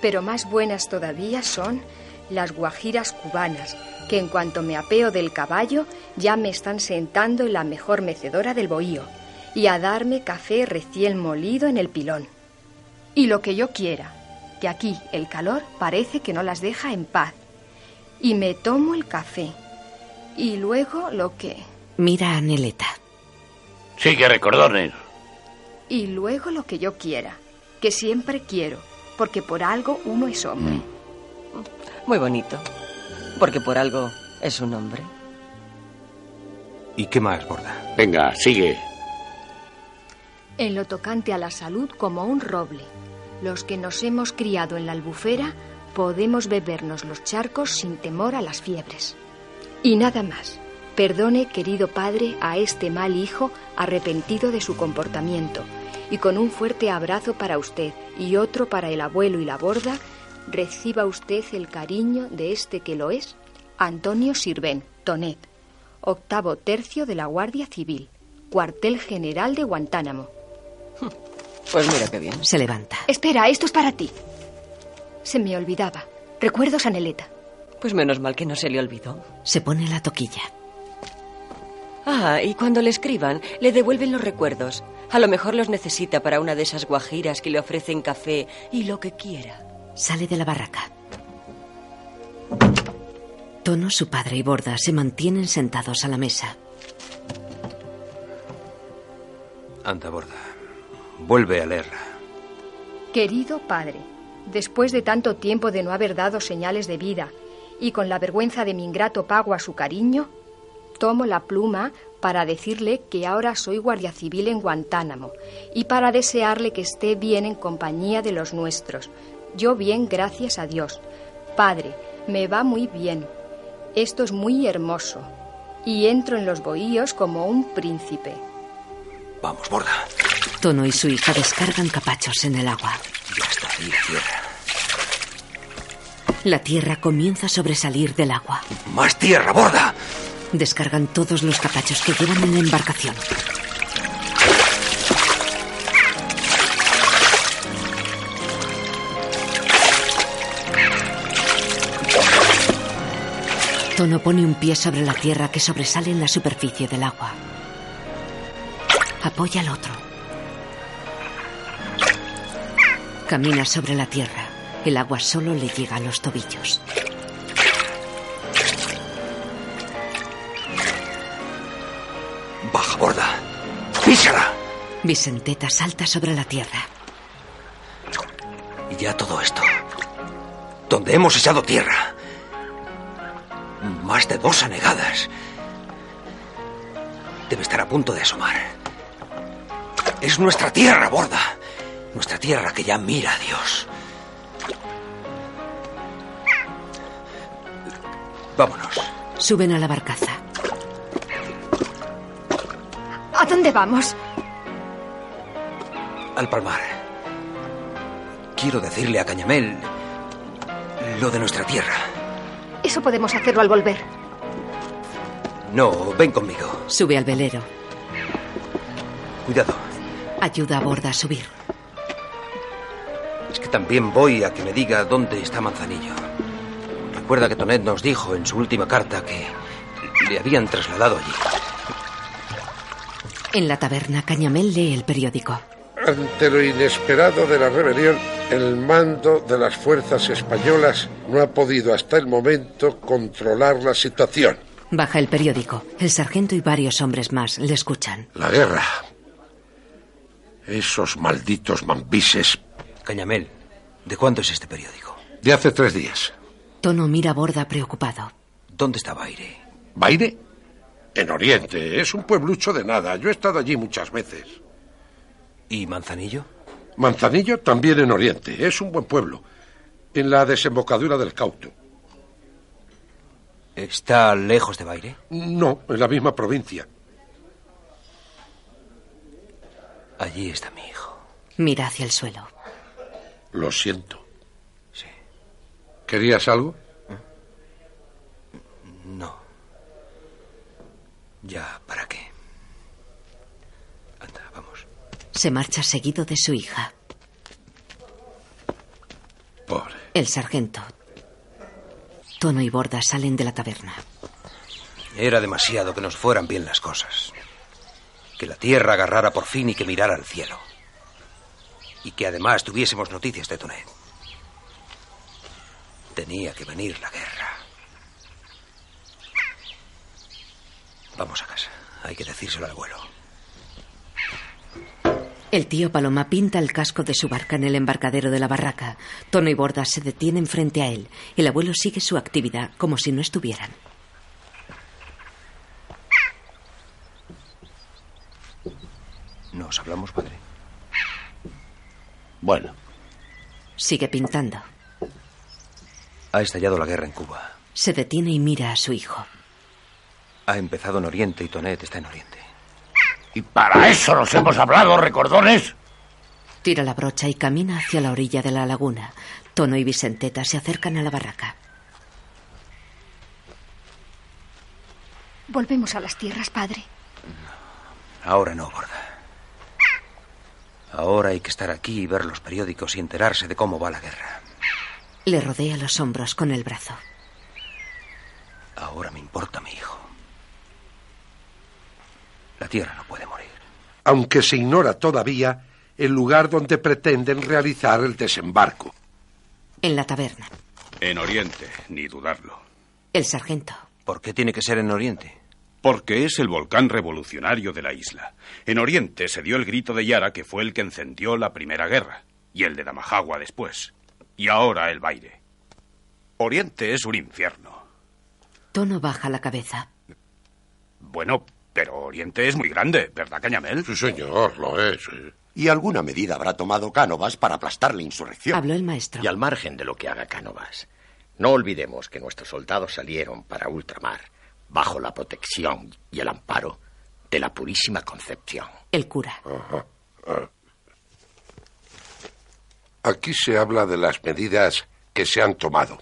S10: Pero más buenas todavía son las guajiras cubanas, que en cuanto me apeo del caballo ya me están sentando en la mejor mecedora del bohío y a darme café recién molido en el pilón. Y lo que yo quiera, que aquí el calor parece que no las deja en paz. Y me tomo el café. Y luego lo que...
S2: Mira a Neleta.
S18: Sí que recordones.
S10: Y luego lo que yo quiera, que siempre quiero, porque por algo uno es hombre.
S7: Muy bonito. Porque por algo es un hombre.
S3: ¿Y qué más, Borda?
S18: Venga, sigue.
S10: En lo tocante a la salud como un roble. Los que nos hemos criado en la albufera podemos bebernos los charcos sin temor a las fiebres. Y nada más. Perdone, querido padre, a este mal hijo arrepentido de su comportamiento. Y con un fuerte abrazo para usted y otro para el abuelo y la borda, reciba usted el cariño de este que lo es, Antonio Sirven, Tonet, octavo tercio de la Guardia Civil, cuartel general de Guantánamo.
S7: Pues mira qué bien.
S2: Se levanta.
S10: Espera, esto es para ti. Se me olvidaba. Recuerdos a Neleta.
S7: Pues menos mal que no se le olvidó.
S2: Se pone la toquilla.
S7: Ah, y cuando le escriban, le devuelven los recuerdos. A lo mejor los necesita para una de esas guajiras que le ofrecen café y lo que quiera.
S2: Sale de la barraca. Tono, su padre y Borda se mantienen sentados a la mesa.
S3: Anda, Borda. Vuelve a leerla.
S10: Querido padre, después de tanto tiempo de no haber dado señales de vida y con la vergüenza de mi ingrato pago a su cariño, tomo la pluma para decirle que ahora soy guardia civil en Guantánamo y para desearle que esté bien en compañía de los nuestros. Yo bien, gracias a Dios. Padre, me va muy bien. Esto es muy hermoso. Y entro en los bohíos como un príncipe.
S3: Vamos, borda.
S2: Tono y su hija descargan capachos en el agua.
S3: Ya está ahí la tierra.
S2: La tierra comienza a sobresalir del agua.
S3: ¡Más tierra, borda!
S2: Descargan todos los capachos que llevan en la embarcación. Tono pone un pie sobre la tierra que sobresale en la superficie del agua. Apoya al otro. Camina sobre la tierra. El agua solo le llega a los tobillos.
S3: Baja, borda. ¡Písala!
S2: Vicenteta salta sobre la tierra.
S3: Y ya todo esto. Donde hemos echado tierra. Más de dos anegadas. Debe estar a punto de asomar. Es nuestra tierra, borda. Nuestra tierra que ya mira a Dios. Vámonos.
S2: Suben a la barcaza.
S10: ¿A dónde vamos?
S3: Al palmar. Quiero decirle a Cañamel lo de nuestra tierra.
S10: Eso podemos hacerlo al volver.
S3: No, ven conmigo.
S2: Sube al velero.
S3: Cuidado.
S2: Ayuda a Borda a subir.
S3: Es que también voy a que me diga dónde está Manzanillo. Recuerda que Tonet nos dijo en su última carta que le habían trasladado allí.
S2: En la taberna, Cañamel lee el periódico.
S4: Ante lo inesperado de la rebelión, el mando de las fuerzas españolas no ha podido hasta el momento controlar la situación.
S2: Baja el periódico. El sargento y varios hombres más le escuchan.
S4: La guerra. Esos malditos mambises.
S3: Cañamel, ¿de cuándo es este periódico?
S4: De hace tres días.
S2: Tono mira a Borda preocupado.
S3: ¿Dónde está Baire?
S4: ¿Baire? En Oriente. Es un pueblucho de nada. Yo he estado allí muchas veces.
S3: ¿Y Manzanillo?
S4: Manzanillo también en Oriente. Es un buen pueblo. En la desembocadura del Cauto.
S3: ¿Está lejos de Baire?
S4: No, en la misma provincia.
S3: Allí está mi hijo.
S2: Mira hacia el suelo.
S4: Lo siento. Sí. ¿Querías algo?
S3: No. Ya, ¿para qué? Anda, vamos.
S2: Se marcha seguido de su hija.
S4: Pobre.
S2: El sargento. Tono y Borda salen de la taberna.
S3: Era demasiado que nos fueran bien las cosas. Que la tierra agarrara por fin y que mirara al cielo. Y que además tuviésemos noticias de Tonet. Tenía que venir la guerra. Vamos a casa. Hay que decírselo al abuelo.
S2: El tío Paloma pinta el casco de su barca en el embarcadero de la barraca. Tono y Borda se detienen frente a él. El abuelo sigue su actividad como si no estuvieran.
S3: Nos hablamos, padre.
S15: Bueno.
S2: Sigue pintando.
S3: Ha estallado la guerra en Cuba.
S2: Se detiene y mira a su hijo.
S3: Ha empezado en Oriente y Tonet está en Oriente.
S18: Y para eso nos hemos hablado, recordones.
S2: Tira la brocha y camina hacia la orilla de la laguna. Tono y Vicenteta se acercan a la barraca.
S10: Volvemos a las tierras, padre.
S3: Ahora no, gorda. Ahora hay que estar aquí y ver los periódicos y enterarse de cómo va la guerra.
S2: Le rodea los hombros con el brazo.
S3: Ahora me importa mi hijo. La tierra no puede morir.
S4: Aunque se ignora todavía el lugar donde pretenden realizar el desembarco.
S2: En la taberna.
S11: En Oriente, ni dudarlo.
S2: El sargento.
S3: ¿Por qué tiene que ser en Oriente?
S11: Porque es el volcán revolucionario de la isla. En Oriente se dio el grito de Yara que fue el que encendió la Primera Guerra.
S19: y el de la Majagua después. Y ahora el Baire. Oriente es un infierno.
S2: Tono baja la cabeza.
S19: Bueno, pero Oriente es muy grande, ¿verdad, Cañamel?
S15: Sí, señor, lo
S20: Pues,
S15: es. Y alguna medida habrá tomado Cánovas para aplastar la insurrección.
S2: Habló el maestro.
S20: Y al margen de lo que haga Cánovas, no olvidemos que nuestros soldados salieron para ultramar bajo la protección y el amparo de la purísima concepción.
S2: El cura.
S4: Ajá. Ah. Aquí se habla de las medidas que se han tomado.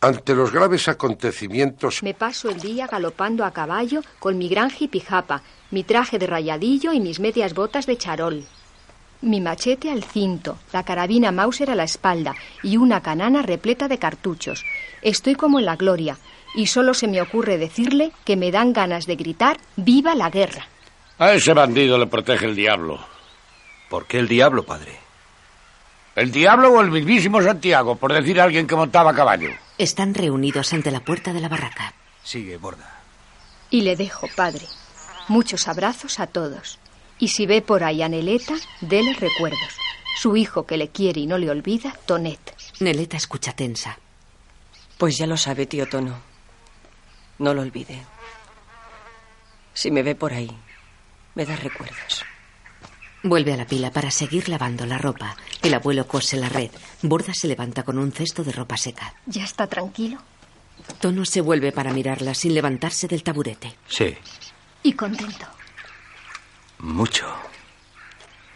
S4: Ante los graves acontecimientos,
S10: Me paso el día galopando a caballo con mi gran jipijapa, mi traje de rayadillo y mis medias botas de charol. Mi machete al cinto, la carabina Mauser a la espalda y una canana repleta de cartuchos. Estoy como en la gloria y solo se me ocurre decirle que me dan ganas de gritar ¡Viva la guerra!
S18: A ese bandido le protege el diablo.
S3: ¿Por qué el diablo, padre?
S18: ¿El diablo o el mismísimo Santiago, por decir a alguien que montaba a caballo?
S2: Están reunidos ante la puerta de la barraca.
S3: Sigue, borda.
S10: Y le dejo, padre. Muchos abrazos a todos. Y si ve por ahí a Neleta, déle recuerdos. Su hijo que le quiere y no le olvida, Tonet.
S2: Neleta escucha tensa.
S7: Pues ya lo sabe, tío Tono. No lo olvide. Si me ve por ahí, me da recuerdos.
S2: Vuelve a la pila para seguir lavando la ropa. El abuelo cose la red. Borda se levanta con un cesto de ropa seca.
S10: ¿Ya está tranquilo?
S2: Tono se vuelve para mirarla sin levantarse del taburete.
S3: Sí,
S10: Y contento.
S3: mucho.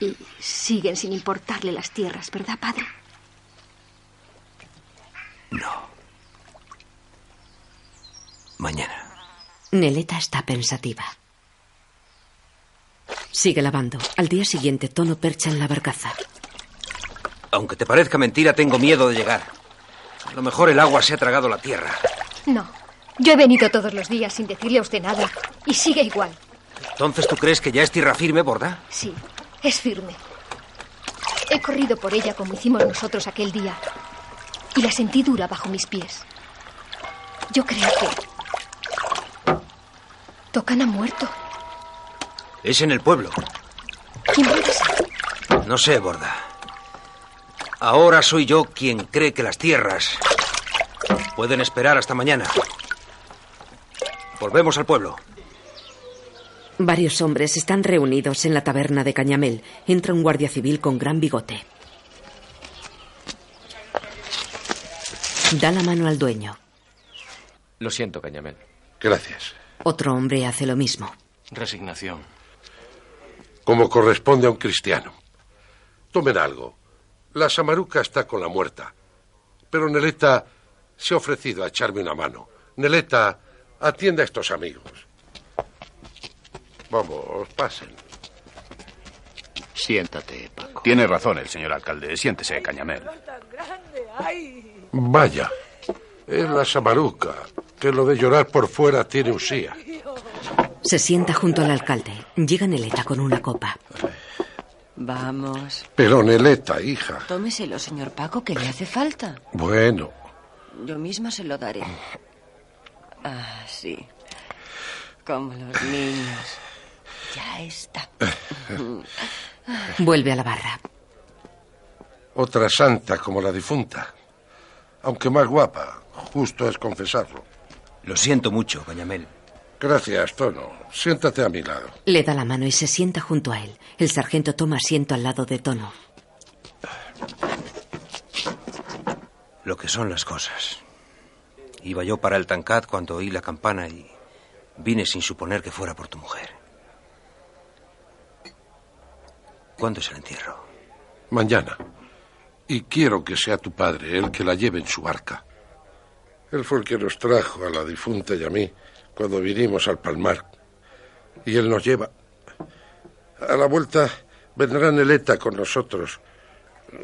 S10: Y siguen sin importarle las tierras, ¿verdad, padre?
S3: Mañana.
S2: Neleta está pensativa. Sigue lavando. Al día siguiente, Tono percha en la barcaza.
S3: Aunque te parezca mentira, tengo miedo de llegar. A lo mejor el agua se ha tragado la tierra.
S10: No. Yo he venido todos los días sin decirle a usted nada. Y sigue igual.
S3: Entonces, ¿tú crees que ya es tierra firme, borda?
S10: Sí, es firme. He corrido por ella como hicimos nosotros aquel día. Y la sentí dura bajo mis pies. Yo creo que... Tocan ha muerto.
S3: Es en el pueblo.
S10: ¿Quién puede ser?
S3: No sé, borda. Ahora soy yo quien cree que las tierras pueden esperar hasta mañana. Volvemos al pueblo.
S2: Varios hombres están reunidos en la taberna de Cañamel. Entra un guardia civil con gran bigote. Da la mano al dueño.
S16: Lo siento, Cañamel.
S4: Gracias.
S2: Otro hombre hace lo mismo.
S16: Resignación.
S4: como corresponde a un cristiano. Tomen algo. La samaruca está con la muerta. Pero Neleta se ha ofrecido a echarme una mano. Neleta, atienda a estos amigos. Vamos, pasen.
S18: Siéntate, Paco.
S19: Tiene razón el señor alcalde. Siéntese, Cañamel.
S4: Vaya, es la samaruca, que lo de llorar por fuera tiene usía.
S2: Se sienta junto al alcalde. Llega Neleta con una copa.
S7: Vamos.
S4: Pero Neleta, hija.
S7: Tómeselo, señor Paco, que le hace falta.
S4: Bueno,
S7: Yo misma se lo daré. Ah, sí. Como los niños. Ya está.
S2: Vuelve a la barra.
S4: otra santa como la difunta. Aunque más guapa, justo es confesarlo.
S3: Lo siento mucho, Cañamel.
S4: Gracias, Tono. Siéntate a mi lado.
S2: Le da la mano y se sienta junto a él. El sargento toma asiento al lado de Tono.
S3: Lo que son las cosas. Iba yo para el Tancat cuando oí la campana y vine sin suponer que fuera por tu mujer. ¿Cuándo es el entierro?
S4: Mañana. Y quiero que sea tu padre el que la lleve en su barca. Él fue el que nos trajo a la difunta y a mí cuando vinimos al Palmar. Y él nos lleva. A la vuelta vendrá Neleta con nosotros.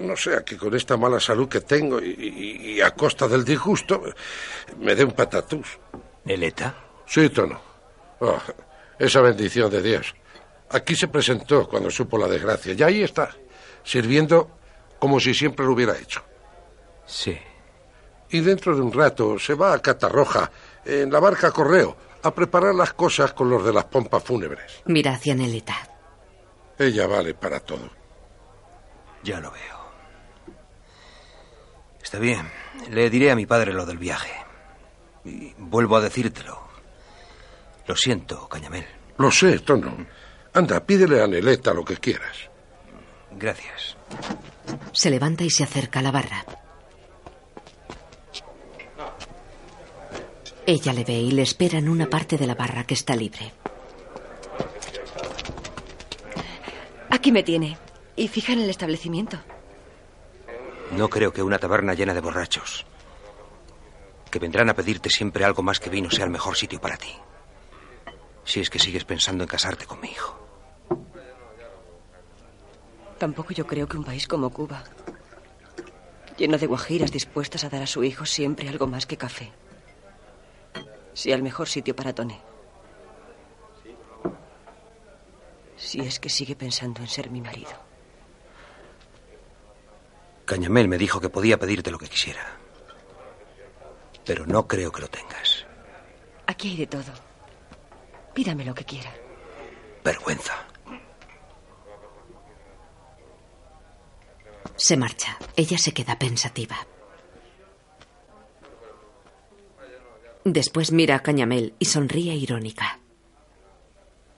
S4: No sea que con esta mala salud que tengo y, y- y a costa del disgusto me dé un patatús.
S3: ¿Neleta?
S4: Sí, Tono. Oh, esa bendición de Dios. Aquí se presentó cuando supo la desgracia y ahí está, sirviendo como si siempre lo hubiera hecho.
S3: Sí.
S4: Y dentro de un rato se va a Catarroja, en la barca Correo, a preparar las cosas con los de las pompas fúnebres.
S2: Mira hacia Neleta.
S4: Ella vale para todo.
S3: Ya lo veo. Está bien. Le diré a mi padre lo del viaje. Y vuelvo a decírtelo. Lo siento, Cañamel.
S4: Lo sé, Tono. Anda, pídele a Neleta lo que quieras.
S3: Gracias.
S2: Se levanta y se acerca a la barra. Ella le ve y le espera en una parte de la barra que está libre.
S7: Aquí me tiene. Y fija en el establecimiento.
S3: No creo que una taberna llena de borrachos que vendrán a pedirte siempre algo más que vino sea el mejor sitio para ti. Si es que sigues pensando en casarte con mi hijo.
S7: Tampoco yo creo que un país como Cuba, lleno de guajiras dispuestas a dar a su hijo siempre algo más que café, sea el mejor sitio para Tone. Si es que sigue pensando en ser mi marido.
S3: Cañamel me dijo que podía pedirte lo que quisiera. Pero no creo que lo tengas.
S7: Aquí hay de todo. Pídame lo que quiera.
S3: Vergüenza.
S2: Se marcha. Ella se queda pensativa. Después mira a Cañamel y sonríe irónica.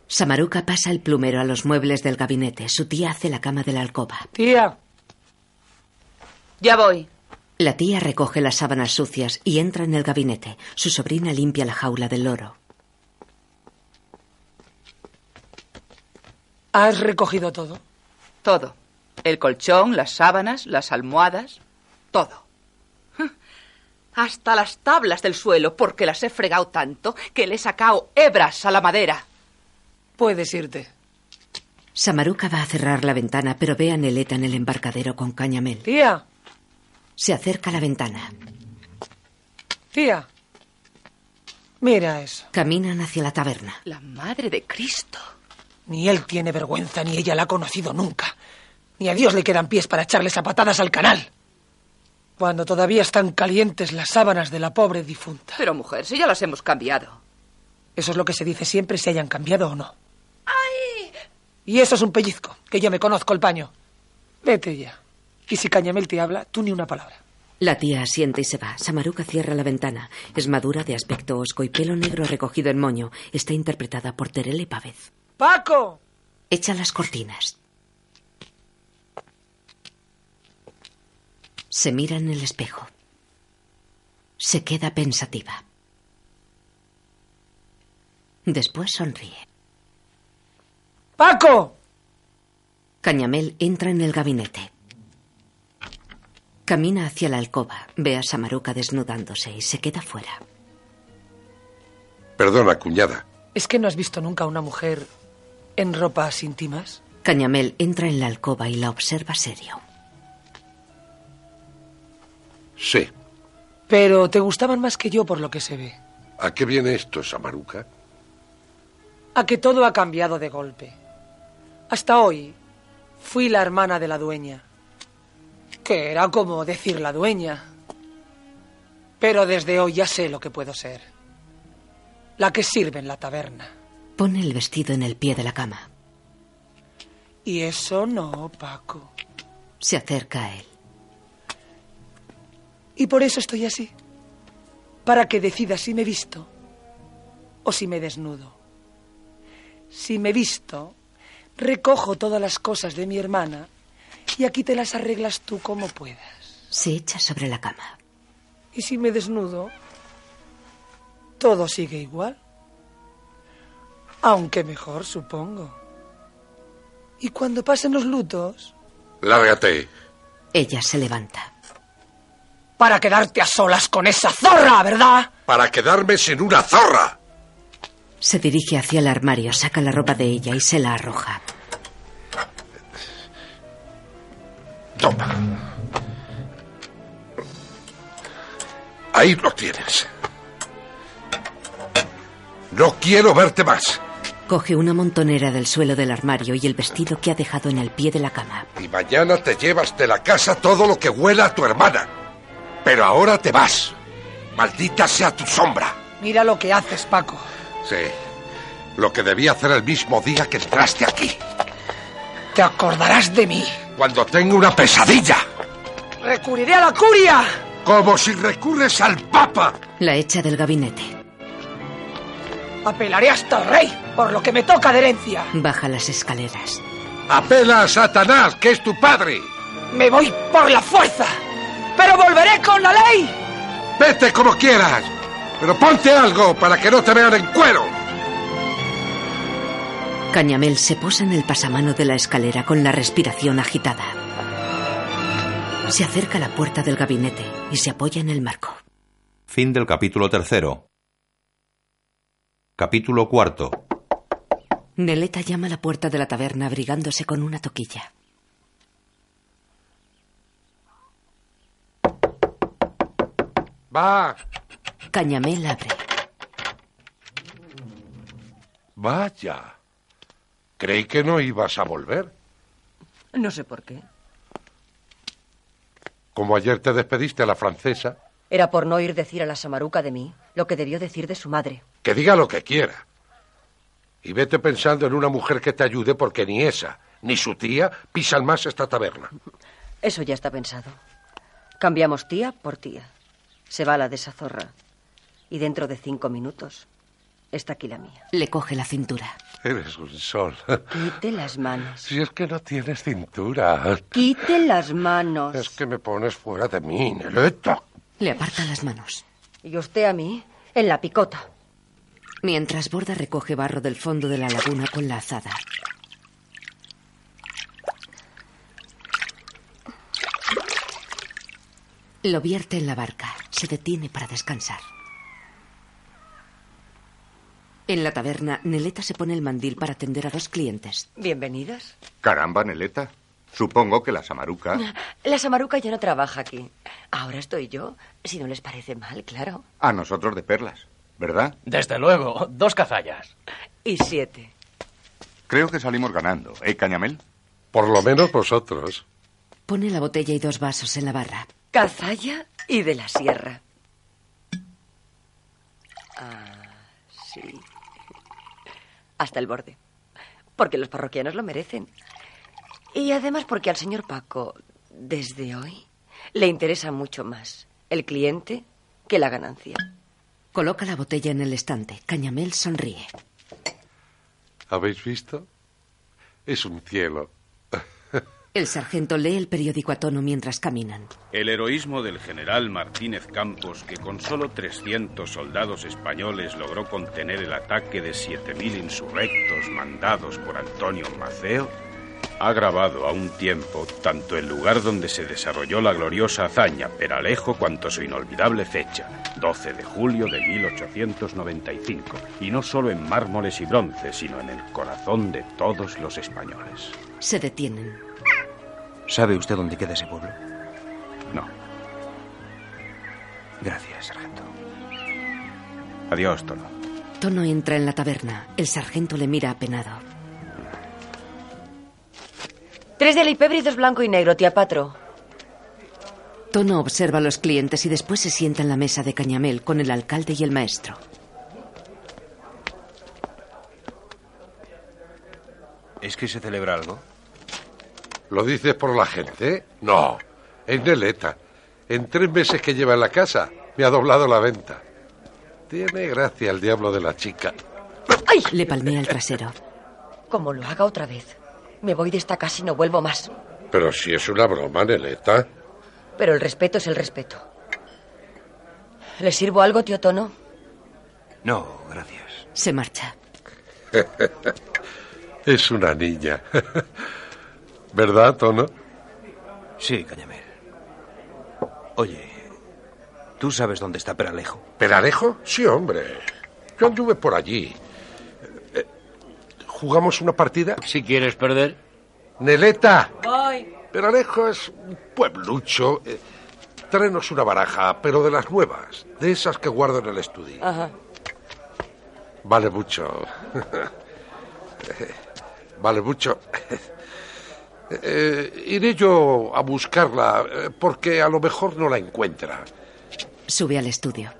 S2: Samaruca pasa el plumero a los muebles del gabinete. Su tía hace la cama de la alcoba.
S5: Tía.
S21: Ya voy.
S2: La tía recoge las sábanas sucias y entra en el gabinete. Su sobrina limpia la jaula del loro.
S5: ¿Has recogido todo?
S21: Todo. El colchón, las sábanas, las almohadas, todo. Hasta las tablas del suelo, porque las he fregado tanto que le he sacado hebras a la madera.
S5: Puedes irte.
S2: Samaruca va a cerrar la ventana, pero ve a Neleta en el embarcadero con Cañamel.
S5: Tía,
S2: Se acerca a la ventana.
S5: tía. Mira eso.
S2: Caminan hacia la taberna.
S21: La madre de Cristo.
S5: Ni él tiene vergüenza, ni ella la ha conocido nunca. Ni a Dios le quedan pies para echarle zapatadas al canal. Cuando todavía están calientes las sábanas de la pobre difunta.
S21: Pero mujer, si ya las hemos cambiado.
S5: Eso es lo que se dice siempre, si hayan cambiado o no.
S21: ¡Ay!
S5: Y eso es un pellizco, que yo me conozco el paño. Vete ya. Y si Cañamel te habla, tú ni una palabra.
S2: La tía asiente y se va. Samaruca cierra la ventana. Es madura, de aspecto osco y pelo negro recogido en moño. Está interpretada por Terele Pávez.
S5: ¡Paco!
S2: Echa las cortinas. Se mira en el espejo. Se queda pensativa. Después sonríe.
S5: ¡Paco!
S2: Cañamel entra en el gabinete. Camina hacia la alcoba. Ve a Samaruca desnudándose y se queda fuera.
S4: Perdona, cuñada.
S5: ¿Es que no has visto nunca a una mujer en ropas íntimas?
S2: Cañamel entra en la alcoba y la observa serio.
S4: Sí.
S5: Pero te gustaban más que yo por lo que se ve.
S4: ¿A qué viene esto, Samaruca?
S5: A que todo ha cambiado de golpe. Hasta hoy fui la hermana de la dueña. Que era como decir la dueña. Pero desde hoy ya sé lo que puedo ser. La que sirve en la taberna.
S2: Pone el vestido en el pie de la cama.
S5: Y eso no, Paco.
S2: Se acerca a él.
S5: Y por eso estoy así. Para que decida si me visto o si me desnudo. Si me visto, recojo todas las cosas de mi hermana y aquí te las arreglas tú como puedas.
S2: Se echa sobre la cama.
S5: Y si me desnudo, todo sigue igual. Aunque mejor, supongo. Y cuando pasen los lutos,
S4: Lárgate.
S2: Ella se levanta.
S5: para quedarte a solas con esa zorra, ¿verdad?
S4: Para quedarme sin una zorra.
S2: Se dirige hacia el armario, saca la ropa de ella y se la arroja.
S4: Toma. Ahí lo tienes. No quiero verte más.
S2: Coge una montonera del suelo del armario y el vestido que ha dejado en el pie de la cama.
S4: Y mañana te llevas de la casa todo lo que huela a tu hermana. Pero ahora te vas. Maldita sea tu sombra.
S5: Mira lo que haces, Paco.
S4: Sí. Lo que debía hacer el mismo día que entraste aquí.
S5: Te acordarás de mí.
S4: cuando tenga una pesadilla.
S5: ¡Recurriré a la curia!
S4: Como si recurres al Papa.
S2: La echa del gabinete.
S5: Apelaré hasta el rey, por lo que me toca de herencia.
S2: Baja las escaleras.
S4: Apela a Satanás, que es tu padre.
S5: Me voy por la fuerza, pero volveré con la ley.
S4: Vete como quieras, pero ponte algo para que no te vean en cuero.
S2: Cañamel se posa en el pasamano de la escalera con la respiración agitada. Se acerca a la puerta del gabinete y se apoya en el marco.
S1: Fin del capítulo tercero. Capítulo cuarto.
S2: Neleta llama a la puerta de la taberna abrigándose con una toquilla.
S4: Va,
S2: Cañamel abre.
S4: vaya. Creí que no ibas a volver.
S17: No sé por qué.
S4: Como ayer te despediste a la francesa,
S7: Era por no ir decir a la samaruca de mí lo que debió decir de su madre.
S4: que diga lo que quiera. Y vete pensando en una mujer que te ayude porque ni esa ni su tía pisan más esta taberna.
S7: Eso ya está pensado. Cambiamos tía por tía. Se va la de esa zorra. Y dentro de cinco minutos está aquí la mía.
S2: Le coge la cintura.
S4: Eres un sol.
S7: Quite las manos.
S4: Si es que no tienes cintura.
S7: Quite las manos.
S4: Es que me pones fuera de mí, Neleta.
S2: Le aparta las manos.
S7: Y usted a mí, en la picota.
S2: Mientras Borda recoge barro del fondo de la laguna con la azada. Lo vierte en la barca. Se detiene para descansar. En la taberna, Neleta se pone el mandil para atender a dos clientes.
S7: Bienvenidas.
S11: Caramba, Neleta. Supongo que la Samaruca.
S7: La Samaruca ya no trabaja aquí. Ahora estoy yo, si no les parece mal, claro.
S11: A nosotros de perlas, ¿verdad?
S22: Desde luego, dos cazallas.
S7: Y siete.
S11: Creo que salimos ganando, ¿eh, Cañamel?
S4: Por lo menos vosotros.
S2: Pone la botella y dos vasos en la barra.
S7: Cazalla y de la sierra. Ah, sí. Hasta el borde. Porque los parroquianos lo merecen. Y además porque al señor Paco, desde hoy, le interesa mucho más el cliente que la ganancia.
S2: Coloca la botella en el estante. Cañamel sonríe.
S4: ¿Habéis visto? Es un cielo.
S2: El sargento lee el periódico a tono mientras caminan.
S19: El heroísmo del general Martínez Campos, que con solo 300 soldados españoles logró contener el ataque de 7.000 insurrectos mandados por Antonio Maceo, ha grabado a un tiempo tanto el lugar donde se desarrolló la gloriosa hazaña Peralejo cuanto su inolvidable fecha, 12 de julio de 1895, y no solo en mármoles y bronce, sino en el corazón de todos los españoles.
S2: Se detienen.
S3: ¿Sabe usted dónde queda ese pueblo?
S19: No.
S3: Gracias, sargento.
S19: Adiós, Tono.
S2: Tono entra en la taberna. El sargento le mira apenado.
S7: Tres de Lipebre y dos blanco y negro, tía Patro.
S2: Tono observa a los clientes y después se sienta en la mesa de Cañamel con el alcalde y el maestro.
S3: ¿Es que se celebra algo?
S4: ¿Lo dices por la gente? No, es Neleta. En tres meses que lleva en la casa, me ha doblado la venta. Tiene gracia el diablo de la chica.
S2: Le palmea el trasero.
S7: Como lo haga otra vez. Me voy de esta casa y no vuelvo más.
S4: Pero si es una broma, Neleta.
S7: Pero el respeto es el respeto. ¿Le sirvo algo, tío Tono?
S3: No, gracias.
S2: Se marcha.
S4: es una niña. ¿Verdad, Tono?
S3: Sí, Cañamel. Oye, ¿tú sabes dónde está Peralejo?
S4: ¿Peralejo? Sí, hombre. Yo anduve por allí. Eh, ¿Jugamos una partida?
S18: Si quieres perder.
S4: Neleta,
S17: Voy.
S4: Peralejo es un pueblucho. Eh, tráenos una baraja, pero de las nuevas, de esas que guardo en el estudio.
S7: Ajá.
S4: Vale mucho. vale mucho. Eh, iré yo a buscarla, eh, porque a lo mejor no la encuentra.
S2: Sube al estudio.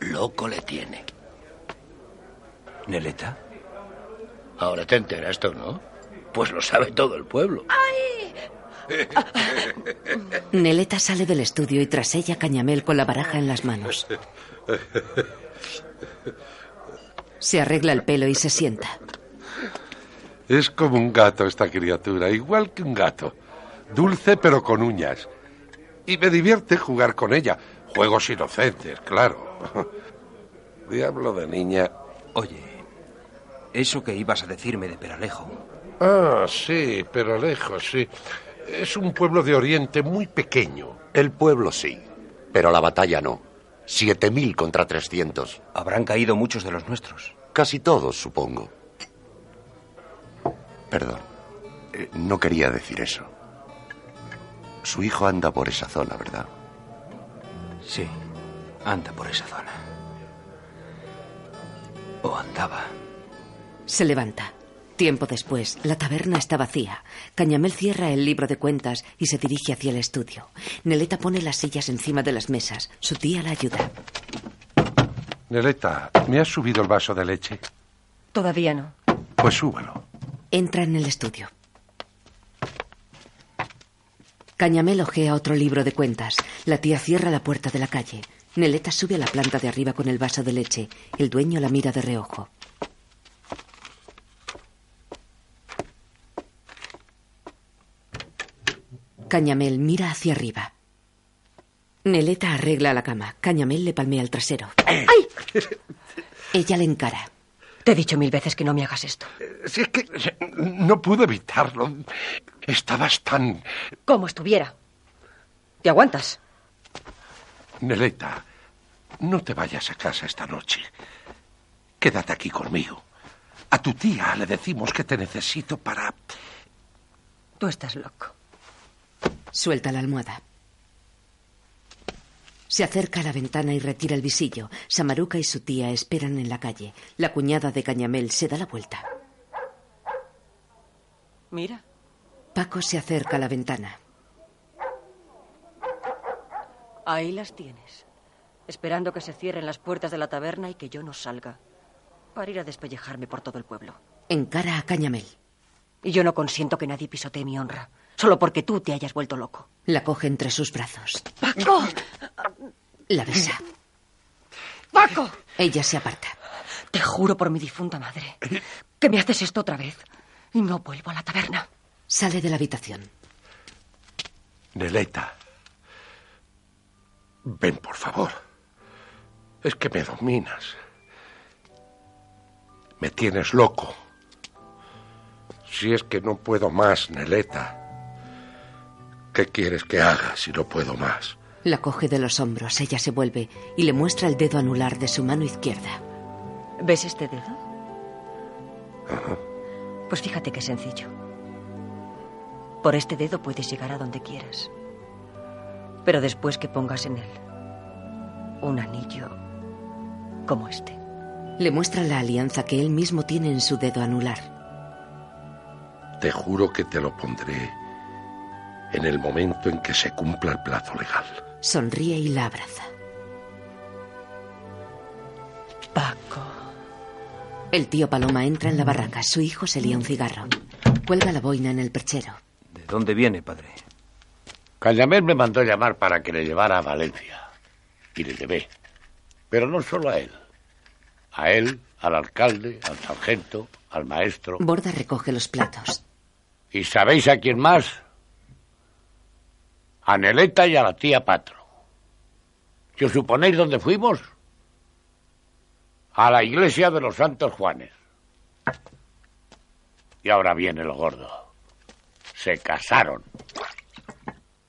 S20: Loco le tiene.
S3: ¿Neleta?
S20: Ahora te enteras tú, ¿no? Pues lo sabe todo el pueblo.
S17: ¡Ay,
S2: Neleta sale del estudio y tras ella Cañamel con la baraja en las manos. Se arregla el pelo y se sienta.
S4: Es como un gato esta criatura, igual que un gato. Dulce pero con uñas. Y me divierte jugar con ella. Juegos inocentes, claro. Diablo de niña.
S3: Oye, eso que ibas a decirme de Peralejo.
S4: Ah, sí, pero lejos, sí. Es un pueblo de Oriente muy pequeño.
S15: El pueblo sí, pero la batalla no. Siete mil contra trescientos.
S3: Habrán caído muchos de los nuestros.
S15: Casi todos, supongo. Perdón. eh, No quería decir eso. Su hijo anda por esa zona, ¿verdad?
S3: Sí, anda por esa zona. O andaba.
S2: Se levanta. Tiempo después, la taberna está vacía. Cañamel cierra el libro de cuentas y se dirige hacia el estudio. Neleta pone las sillas encima de las mesas. Su tía la ayuda.
S4: Neleta, ¿me has subido el vaso de leche?
S7: Todavía no.
S4: Pues súbalo.
S2: Entra en el estudio. Cañamel ojea otro libro de cuentas. La tía cierra la puerta de la calle. Neleta sube a la planta de arriba con el vaso de leche. El dueño la mira de reojo. Cañamel mira hacia arriba. Neleta arregla la cama. Cañamel le palmea el trasero. ¡Ay! Ella le encara.
S7: Te he dicho mil veces que no me hagas esto.
S4: Eh, Si es que no pude evitarlo. Estabas tan...
S7: Como estuviera. ¿Te aguantas?
S4: Neleta, no te vayas a casa esta noche. Quédate aquí conmigo. A tu tía le decimos que te necesito para...
S7: Tú estás loco.
S2: Suelta la almohada. Se acerca a la ventana y retira el visillo. Samaruca y su tía esperan en la calle. La cuñada de Cañamel se da la vuelta.
S23: Mira.
S2: Paco se acerca a la ventana.
S7: Ahí las tienes. Esperando que se cierren las puertas de la taberna y que yo no salga. Para ir a despellejarme por todo el pueblo.
S2: Encara a Cañamel.
S7: Y yo no consiento que nadie pisotee mi honra. Solo porque tú te hayas vuelto loco.
S2: La coge entre sus brazos.
S7: ¡Paco!
S2: La besa.
S7: ¡Paco!
S2: Ella se aparta.
S7: Te juro por mi difunta madre que me haces esto otra vez. Y no vuelvo a la taberna.
S2: Sale de la habitación.
S4: Neleta. Ven, por favor. Es que me dominas. Me tienes loco. Si es que no puedo más, Neleta. ¿Qué quieres que haga si no puedo más?
S2: La coge de los hombros. Ella se vuelve y le muestra el dedo anular de su mano izquierda.
S7: ¿Ves este dedo? Pues fíjate qué sencillo. Por este dedo puedes llegar a donde quieras. Pero después que pongas en él un anillo como este.
S2: Le muestra la alianza que él mismo tiene en su dedo anular.
S4: Te juro que te lo pondré en el momento en que se cumpla el plazo legal.
S2: Sonríe y la abraza.
S7: Paco.
S2: El tío Paloma entra en la barraca. Su hijo se lía un cigarro. Cuelga la boina en el perchero.
S3: ¿De dónde viene, padre?
S11: Cañamel me mandó llamar para que le llevara a Valencia. Y le llevé. Pero no solo a él. A él, al alcalde, al sargento, al maestro.
S2: Borda recoge los platos.
S11: ¿Y sabéis a quién más? A Neleta y a la tía Patro. ¿Y os suponéis dónde fuimos? A la iglesia de los Santos Juanes. Y ahora viene lo gordo. Se casaron.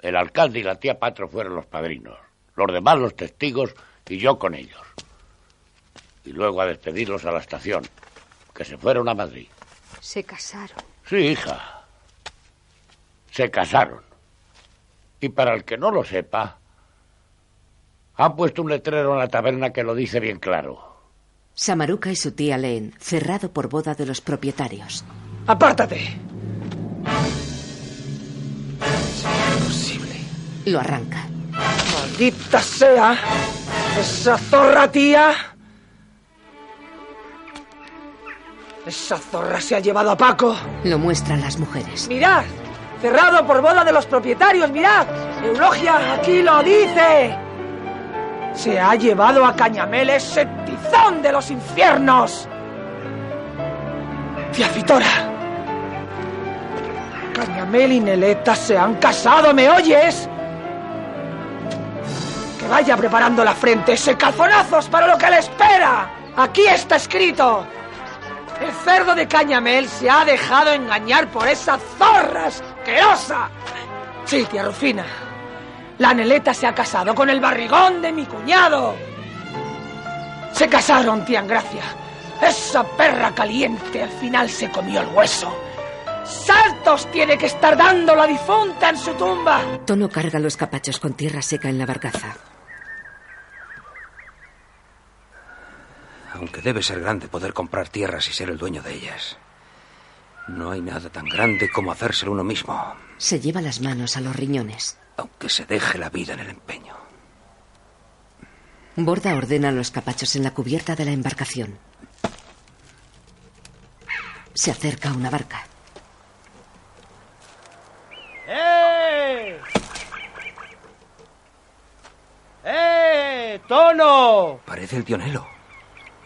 S11: El alcalde y la tía Patro fueron los padrinos. Los demás los testigos y yo con ellos. Y luego a despedirlos a la estación, que se fueron a Madrid.
S10: Se casaron.
S11: Sí, hija. Se casaron. Y para el que no lo sepa, han puesto un letrero en la taberna que lo dice bien claro.
S2: Samaruca y su tía leen, cerrado por boda de los propietarios.
S5: ¡Apártate!
S2: Lo arranca.
S5: ¡Maldita sea! ¡Esa zorra tía! Esa zorra se ha llevado a Paco.
S2: Lo muestra a las mujeres.
S5: ¡Mirad! Cerrado por boda de los propietarios, mirad. Eulogia, aquí lo dice. Se ha llevado a Cañamel ese tizón de los infiernos. Tía Fitora. Cañamel y Neleta se han casado, ¿me oyes? Que vaya preparando la frente, ese calzonazos para lo que le espera. Aquí está escrito. El cerdo de Cañamel se ha dejado engañar por esa zorra asquerosa. Sí, tía Rufina. La Neleta se ha casado con el barrigón de mi cuñado. Se casaron, tía Gracia. Esa perra caliente al final se comió el hueso. ¡Saltos tiene que estar dando la difunta en su tumba!
S2: Tono carga los capachos con tierra seca en la barcaza.
S3: Aunque debe ser grande poder comprar tierras y ser el dueño de ellas. No hay nada tan grande como hacérselo uno mismo,
S2: Se lleva las manos a los riñones.
S3: que se deje la vida en el empeño.
S2: Borda ordena a los capachos en la cubierta de la embarcación. Se acerca una barca.
S22: ¡Eh! ¡Eh! ¡Tono!
S3: Parece el tionelo.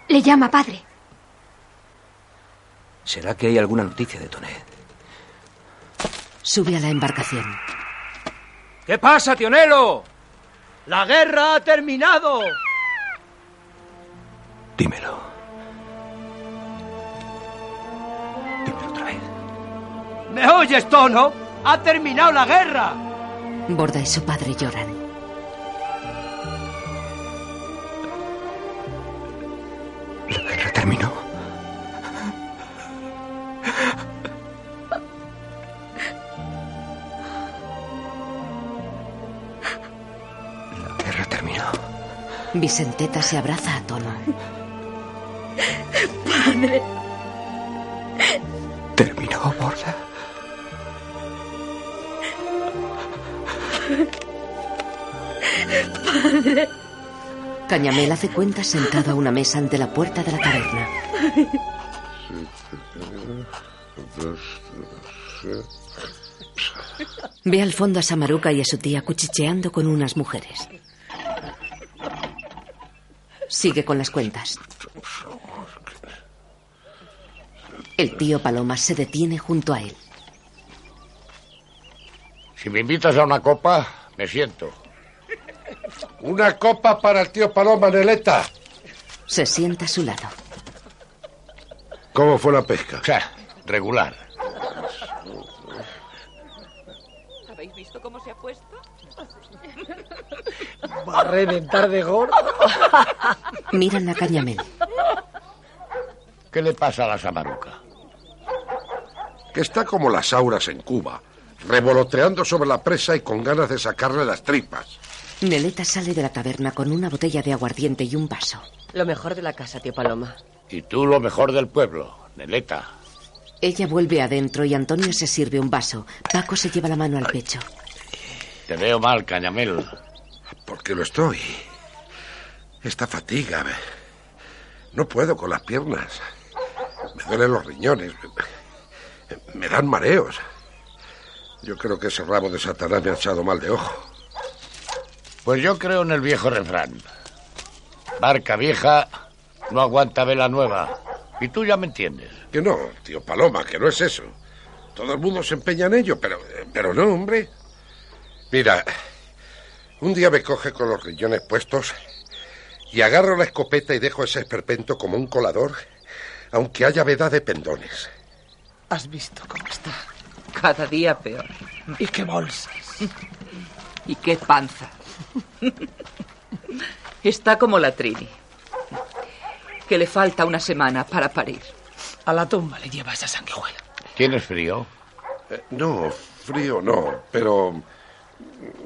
S10: Le llama padre.
S3: ¿Será que hay alguna noticia de Tonet?
S2: Sube a la embarcación.
S16: ¿Qué pasa, Tionelo? La guerra ha terminado.
S3: Dímelo. Dímelo otra vez.
S16: ¿Me oyes, Tono? Ha terminado la guerra.
S2: Borda y su padre lloran.
S3: guerra terminó. La guerra terminó.
S2: Vicenteta se abraza a Tono.
S10: Padre.
S3: Terminó, Borda.
S10: Padre.
S2: Cañamel hace cuentas sentado a una mesa ante la puerta de la taberna. Ve al fondo a Samaruca y a su tía cuchicheando con unas mujeres. Sigue con las cuentas. El tío Paloma se detiene junto a él.
S11: Si me invitas a una copa, me siento.
S4: Una copa para el tío Paloma, Neleta.
S2: Se sienta a su lado.
S4: ¿Cómo fue la pesca?
S11: regular.
S21: ¿Habéis visto cómo se ha puesto?
S5: Va a reventar de gordo.
S2: Miran a Cañamel.
S11: ¿Qué le pasa a la Samaruca?
S4: Que está como las auras en Cuba, revoloteando sobre la presa y con ganas de sacarle las tripas.
S2: Neleta sale de la taberna con una botella de aguardiente y un vaso.
S7: Lo mejor de la casa, tío Paloma.
S11: Y tú lo mejor del pueblo, Neleta.
S2: Ella vuelve adentro y Antonio se sirve un vaso. Paco se lleva la mano al pecho.
S11: Te veo mal, Cañamel.
S4: Porque lo estoy. Esta fatiga. me- No puedo con las piernas. Me duelen los riñones. me- Me dan mareos. Yo creo que ese rabo de Satanás me ha echado mal de ojo.
S11: Pues yo creo en el viejo refrán. Barca vieja no aguanta vela nueva. Y tú ya me entiendes.
S4: Que no, tío Paloma, que no es eso. Todo el mundo se empeña en ello, pero, pero no, hombre. Mira, un día me coge con los riñones puestos y agarro la escopeta y dejo ese esperpento como un colador, aunque haya veda de pendones.
S5: Has visto cómo está.
S21: Cada día peor.
S5: Y qué bolsas.
S21: Y qué panza. Está como la Trini. Que le falta una semana para parir.
S5: A la tumba le lleva esa sanguijuela.
S11: ¿Tienes frío?
S4: Eh, no, frío no, pero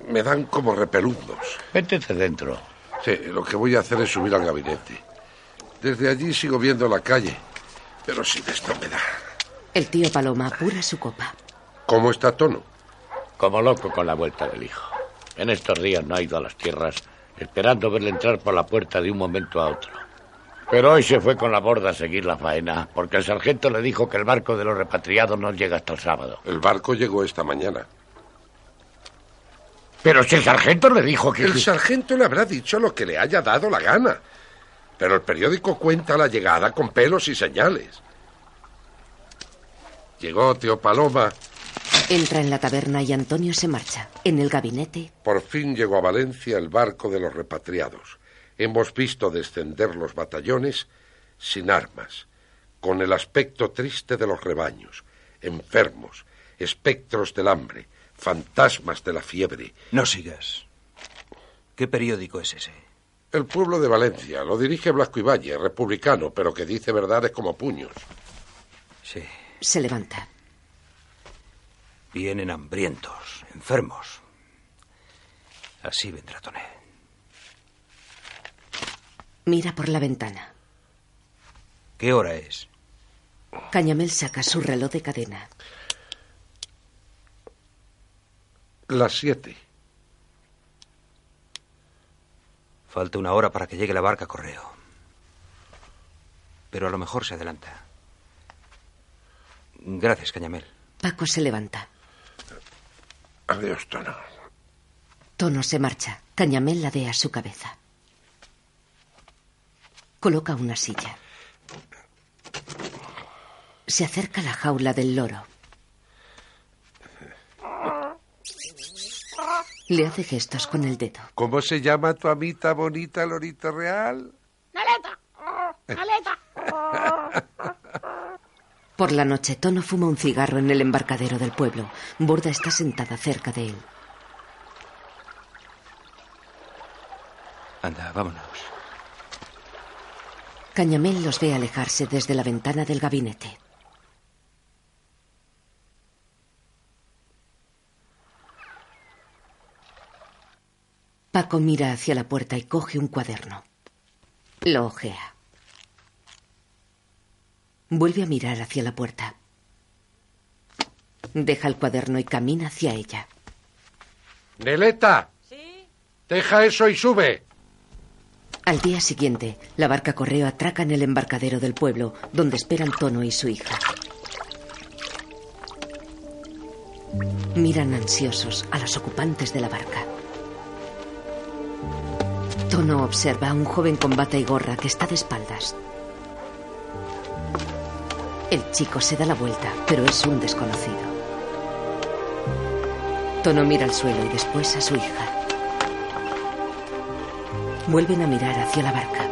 S4: me dan como repelundos.
S11: Métete dentro.
S4: Sí, lo que voy a hacer es subir al gabinete. Desde allí sigo viendo la calle, pero sin esta humedad.
S2: El tío Paloma apura su copa.
S4: ¿Cómo está Tono?
S11: Como loco con la vuelta del hijo. En estos días no ha ido a las tierras, esperando verle entrar por la puerta de un momento a otro. Pero hoy se fue con la borda a seguir la faena, porque el sargento le dijo que el barco de los repatriados no llega hasta el sábado.
S4: El barco llegó esta mañana.
S11: Pero si el sargento le dijo que...
S4: El sargento le habrá dicho lo que le haya dado la gana. Pero el periódico cuenta la llegada con pelos y señales. Llegó Tío Paloma.
S2: Entra en la taberna y Antonio se marcha. En el gabinete,
S4: Por fin llegó a Valencia el barco de los repatriados. Hemos visto descender los batallones sin armas, con el aspecto triste de los rebaños, enfermos, espectros del hambre, fantasmas de la fiebre.
S3: No sigas. ¿Qué periódico es ese?
S4: El pueblo de Valencia lo dirige Blasco Ibañez, republicano, pero que dice verdades como puños.
S3: Sí.
S2: se levanta.
S3: Vienen hambrientos, enfermos. Así vendrá Toné.
S2: Mira por la ventana.
S3: ¿Qué hora es?
S2: Cañamel saca su reloj de cadena.
S4: Las siete.
S3: Falta una hora para que llegue la barca a correo. Pero a lo mejor se adelanta. Gracias, Cañamel.
S2: Paco se levanta.
S4: Adiós, Tono.
S2: Tono se marcha. Cañamel ladea su cabeza. Coloca una silla. Se acerca a la jaula del loro. Le hace gestos con el dedo.
S4: ¿Cómo se llama tu amita bonita, Lorito Real?
S8: Naleta. Naleta.
S2: Por la noche, Tono fuma un cigarro en el embarcadero del pueblo. Borda está sentada cerca de él.
S3: Anda, vámonos.
S2: Cañamel los ve alejarse desde la ventana del gabinete. Paco mira hacia la puerta y coge un cuaderno. Lo ojea. Vuelve a mirar hacia la puerta. Deja el cuaderno y camina hacia ella.
S4: Neleta. Sí. Deja eso y sube.
S2: Al día siguiente, la barca correo atraca en el embarcadero del pueblo, donde esperan Tono y su hija. Miran ansiosos a los ocupantes de la barca. Tono observa a un joven con bata y gorra que está de espaldas. El chico se da la vuelta, pero es un desconocido. Tono mira al suelo y después a su hija. Vuelven a mirar hacia la barca.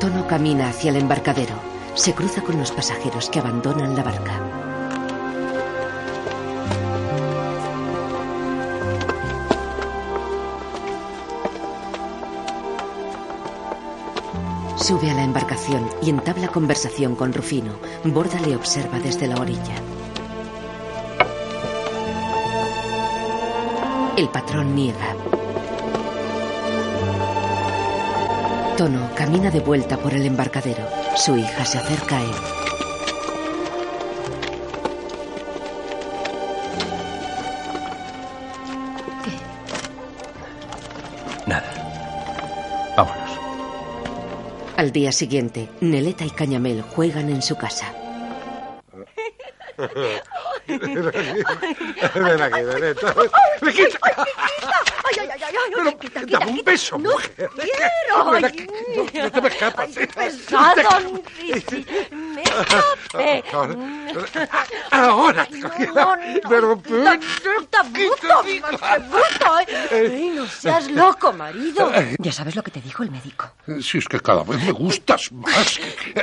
S2: Tono camina hacia el embarcadero. Se cruza con los pasajeros que abandonan la barca. Sube a la embarcación y entabla conversación con Rufino. Borda le observa desde la orilla. El patrón niega. Tono camina de vuelta por el embarcadero. Su hija se acerca a él.
S3: Nada. Vámonos.
S2: Al día siguiente, Neleta y Cañamel juegan en su casa.
S4: Ven aquí, Neleta.
S8: ¡Ay, ¡Ay, ay, ay, ay! ay
S4: Pero,
S8: quita, quita,
S4: Dame un
S8: quita.
S4: beso,
S8: ¡No
S4: mujer.
S8: quiero!
S4: Ven
S8: ¡Ay,
S4: aquí. No, no te me escapas. ¿eh? Ah,
S8: qué pesado! Risi. ¡Me escapé!
S4: Ahora, ahora te cogí la- Pero tú-
S8: ¡Está bruto! ¡Qué bruto! eh! ¡Ay, no seas loco, marido!
S7: Ya sabes lo que te dijo el médico.
S4: Si es que cada vez me gustas más.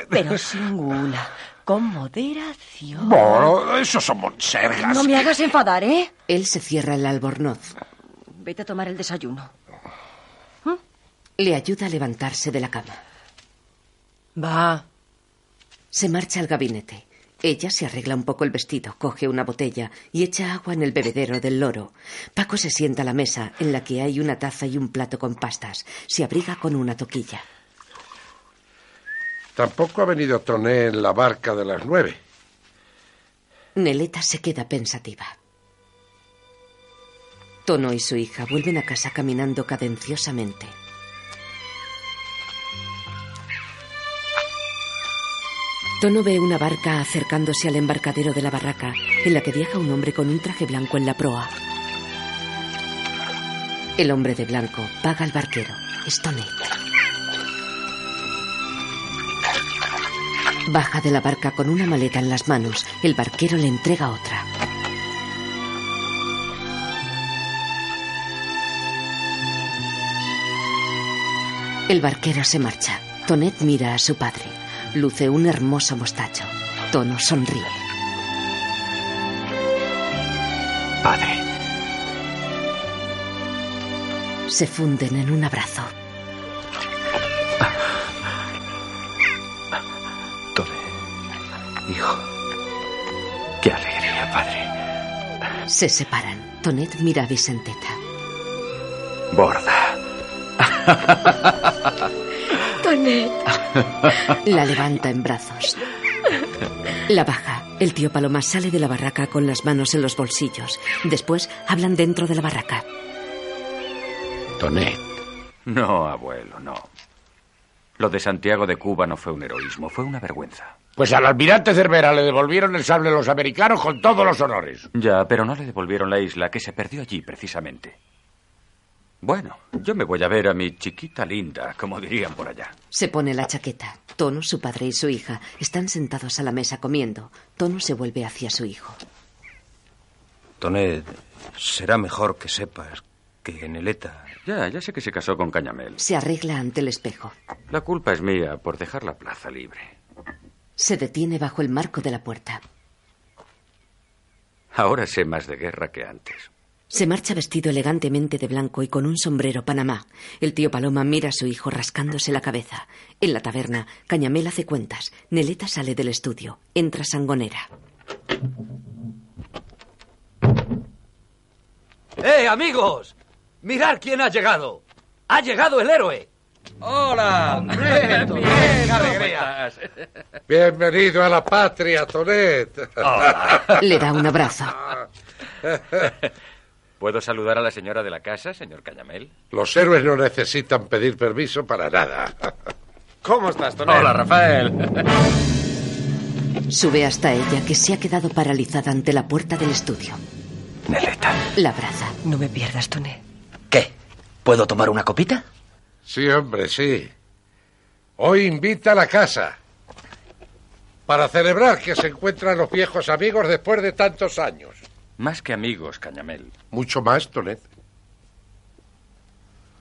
S7: Pero sin gula, con moderación.
S4: Bueno, esos son monsergas.
S7: No me hagas enfadar, ¿eh?
S2: Él se cierra el albornoz.
S7: Vete a tomar el desayuno.
S2: Le ayuda a levantarse de la cama.
S7: Va.
S2: Se marcha al gabinete. Ella se arregla un poco el vestido, coge una botella y echa agua en el bebedero del loro. Paco se sienta a la mesa, en la que hay una taza y un plato con pastas. Se abriga con una toquilla.
S4: Tampoco ha venido Toné en la barca de las nueve.
S2: Neleta se queda pensativa. Tono y su hija vuelven a casa caminando cadenciosamente. Tono ve una barca acercándose al embarcadero de la barraca, en la que viaja un hombre con un traje blanco en la proa. El hombre de blanco paga al barquero. Es Tony. Baja de la barca con una maleta en las manos. El barquero le entrega otra. El barquero se marcha. Tonet mira a su padre. Luce un hermoso mostacho. Tono sonríe.
S15: Padre.
S2: Se funden en un abrazo.
S15: Hijo. Qué alegría, padre.
S2: Se separan. Tonet mira a Vicenteta.
S15: Borda.
S10: Tonet.
S2: La levanta en brazos. La baja. El tío Paloma sale de la barraca con las manos en los bolsillos. Después hablan dentro de la barraca.
S15: Tonet.
S6: No, abuelo, no. Lo de Santiago de Cuba no fue un heroísmo, fue una vergüenza.
S11: Pues al almirante Cervera le devolvieron el sable los americanos con todos los honores.
S6: Ya, pero no le devolvieron la isla, que se perdió allí precisamente. Bueno, yo me voy a ver a mi chiquita linda, como dirían por allá.
S2: Se pone la chaqueta. Tono, su padre y su hija están sentados a la mesa comiendo. Tono se vuelve hacia su hijo.
S3: Tonet, será mejor que sepas que Neleta.
S6: Ya, ya sé que se casó con Cañamel.
S2: Se arregla ante el espejo.
S6: La culpa es mía por dejar la plaza libre.
S2: Se detiene bajo el marco de la puerta.
S6: Ahora sé más de guerra que antes.
S2: Se marcha vestido elegantemente de blanco y con un sombrero panamá. El tío Paloma mira a su hijo rascándose la cabeza. En la taberna, Cañamel hace cuentas. Neleta sale del estudio. Entra Sangonera.
S12: ¡Eh, amigos! ¡Mirad quién ha llegado! ¡Ha llegado el héroe! ¡Hola! ¡Hombre! ¡Bien, alegría!
S4: Bienvenido a la patria, Tonet.
S2: Le da un abrazo.
S6: ¿Puedo saludar a la señora de la casa, señor Cañamel?
S4: Los héroes no necesitan pedir permiso para nada.
S16: ¿Cómo estás, Tonet?
S6: Hola, Rafael.
S2: Sube hasta ella, que se ha quedado paralizada ante la puerta del estudio.
S15: Neleta.
S2: La abraza.
S17: No me pierdas, Toné.
S15: ¿Qué? ¿Puedo tomar una copita?
S4: Sí, hombre, sí. Hoy invita a la casa. Para celebrar que se encuentran los viejos amigos después de tantos años.
S6: Más que amigos, Cañamel.
S4: Mucho más, Tonet.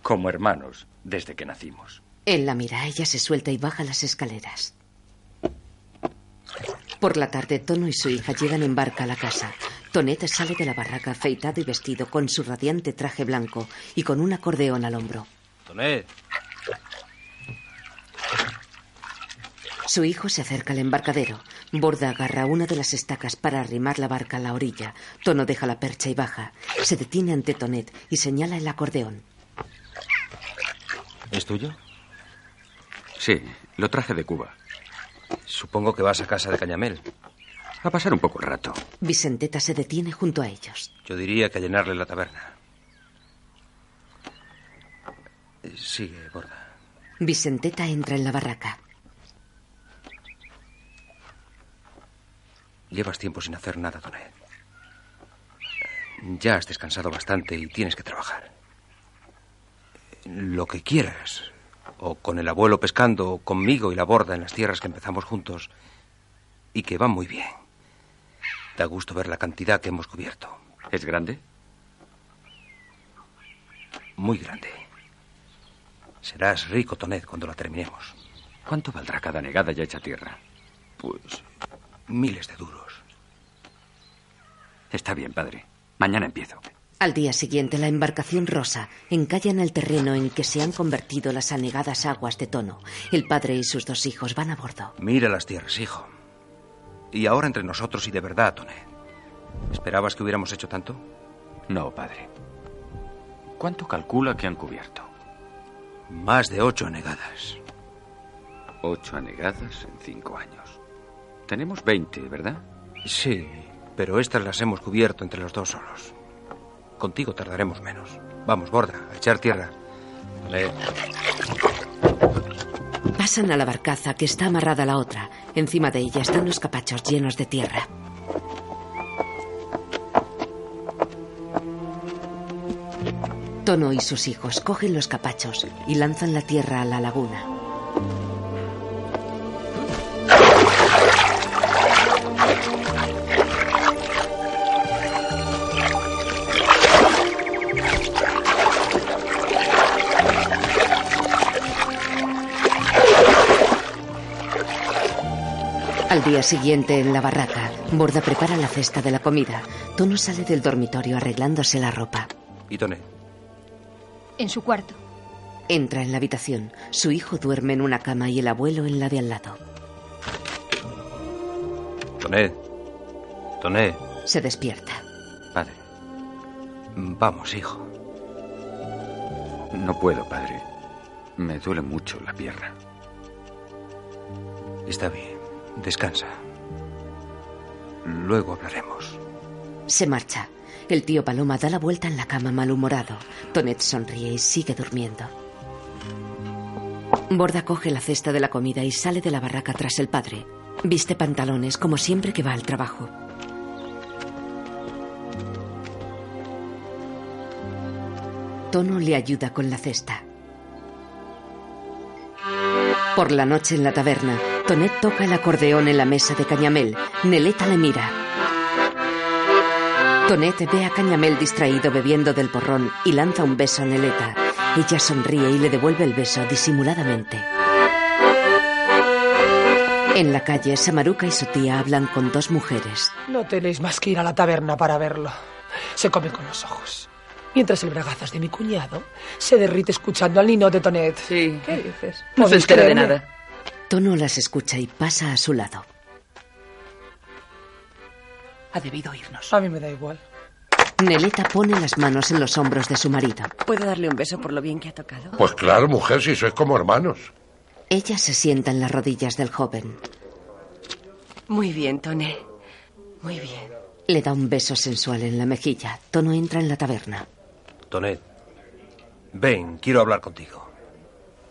S6: Como hermanos, desde que nacimos.
S2: Él la mira, ella se suelta y baja las escaleras. Por la tarde, Tono y su hija llegan en barca a la casa. Tonet sale de la barraca afeitado y vestido con su radiante traje blanco y con un acordeón al hombro.
S12: Tonet.
S2: Su hijo se acerca al embarcadero. Borda agarra una de las estacas para arrimar la barca a la orilla. Tono deja la percha y baja. Se detiene ante Tonet y señala el acordeón.
S3: ¿Es tuyo?
S6: Sí, lo traje de Cuba.
S3: Supongo que vas a casa de Cañamel.
S6: A pasar un poco el rato.
S2: Vicenteta se detiene junto a ellos.
S3: Yo diría que a llenarle la taberna. Eh, Sigue, gorda.
S2: Vicenteta entra en la barraca.
S3: Llevas tiempo sin hacer nada, Tonet. Ya has descansado bastante y tienes que trabajar. Lo que quieras, o con el abuelo pescando, o conmigo y la borda en las tierras que empezamos juntos, y que va muy bien. Da gusto ver la cantidad que hemos cubierto.
S6: ¿Es grande?
S3: Muy grande. Serás rico, Tonet, cuando la terminemos.
S6: ¿Cuánto valdrá cada negada ya hecha tierra?
S3: Pues miles de duros.
S6: Está bien, padre. Mañana empiezo.
S2: Al día siguiente, la embarcación rosa encalla en el terreno en que se han convertido las anegadas aguas de tono. El padre y sus dos hijos van a bordo.
S3: Mira las tierras, hijo. Y ahora entre nosotros y de verdad, Tonet. ¿Esperabas que hubiéramos hecho tanto?
S6: No, padre. ¿Cuánto calcula que han cubierto?
S3: Más de ocho anegadas.
S6: Ocho anegadas en cinco años. Tenemos veinte, ¿verdad?
S3: Sí, pero estas las hemos cubierto entre los dos solos. Contigo tardaremos menos. Vamos, borda, a echar tierra. Vale.
S2: Pasan a la barcaza que está amarrada a la otra. Encima de ella están los capachos llenos de tierra. Tono y sus hijos cogen los capachos y lanzan la tierra a la laguna. Al día siguiente, en la barraca, Borda prepara la cesta de la comida. Tono sale del dormitorio arreglándose la ropa.
S3: ¿Y Toné?
S10: En su cuarto.
S2: Entra en la habitación. Su hijo duerme en una cama y el abuelo en la de al lado.
S3: Toné. Toné.
S2: Se despierta.
S3: Padre. Mm, Vamos, hijo.
S6: No puedo, padre. Me duele mucho la pierna.
S3: Está bien. Descansa. Luego hablaremos.
S2: Se marcha. El tío Paloma da la vuelta en la cama malhumorado. Tonet sonríe y sigue durmiendo. Borda coge la cesta de la comida y sale de la barraca tras el padre. Viste pantalones como siempre que va al trabajo. Tono le ayuda con la cesta. Por la noche en la taberna, Tonet toca el acordeón en la mesa de Cañamel. Neleta le mira. Tonet ve a Cañamel distraído bebiendo del porrón y lanza un beso a Neleta. Ella sonríe y le devuelve el beso disimuladamente. En la calle, Samaruca y su tía hablan con dos mujeres.
S5: No tenéis más que ir a la taberna para verlo. Se come con los ojos. Mientras el bragazas de mi cuñado se derrite escuchando al nino de Tonet.
S21: Sí. ¿Qué dices?
S5: No se entera de
S21: nada.
S2: Tono las escucha y pasa a su lado.
S21: Ha debido irnos.
S5: A mí me da igual.
S2: Neleta pone las manos en los hombros de su marido.
S7: ¿Puedo darle un beso por lo bien que ha tocado?
S4: Pues claro, mujer, si sois como hermanos.
S2: Ella se sienta en las rodillas del joven.
S7: Muy bien, Tone. Muy bien.
S2: Le da un beso sensual en la mejilla. Tono entra en la taberna.
S3: Tonet. Ven, quiero hablar contigo.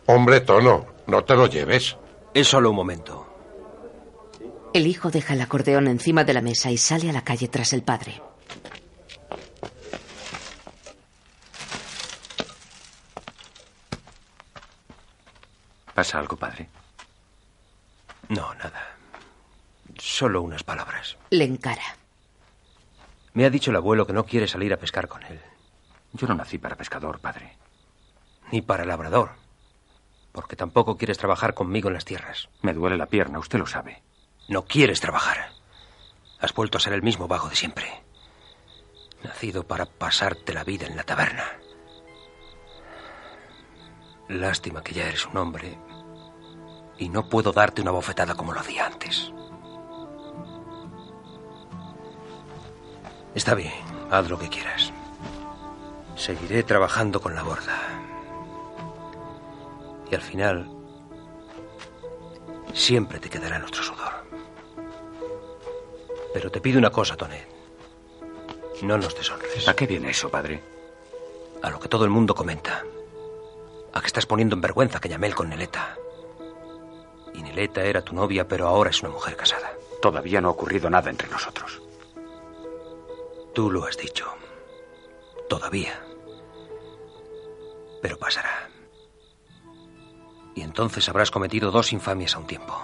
S4: Hombre, Tono, no te lo lleves.
S3: Es solo un momento.
S2: El hijo deja el acordeón encima de la mesa y sale a la calle tras el padre.
S6: ¿Pasa algo, padre?
S3: No, nada. Solo unas palabras.
S2: Le encara.
S3: Me ha dicho el abuelo que no quiere salir a pescar con él.
S6: Yo no nací para pescador, padre.
S3: Ni para labrador. Porque tampoco quieres trabajar conmigo en las tierras.
S6: Me duele la pierna, usted lo sabe.
S3: No quieres trabajar. Has vuelto a ser el mismo vago de siempre. Nacido para pasarte la vida en la taberna. Lástima que ya eres un hombre y no puedo darte una bofetada como lo hacía antes. Está bien, haz lo que quieras. Seguiré trabajando con la borda. Y al final, siempre te quedará nuestro sudor. Pero te pido una cosa, Tonet. No nos deshonres.
S6: ¿A qué viene eso, padre?
S3: A lo que todo el mundo comenta. A que estás poniendo en vergüenza que llamé con Neleta. Y Neleta era tu novia, pero ahora es una mujer casada.
S6: Todavía no ha ocurrido nada entre nosotros.
S3: Tú lo has dicho. Todavía. Pero pasará. Y entonces habrás cometido dos infamias a un tiempo.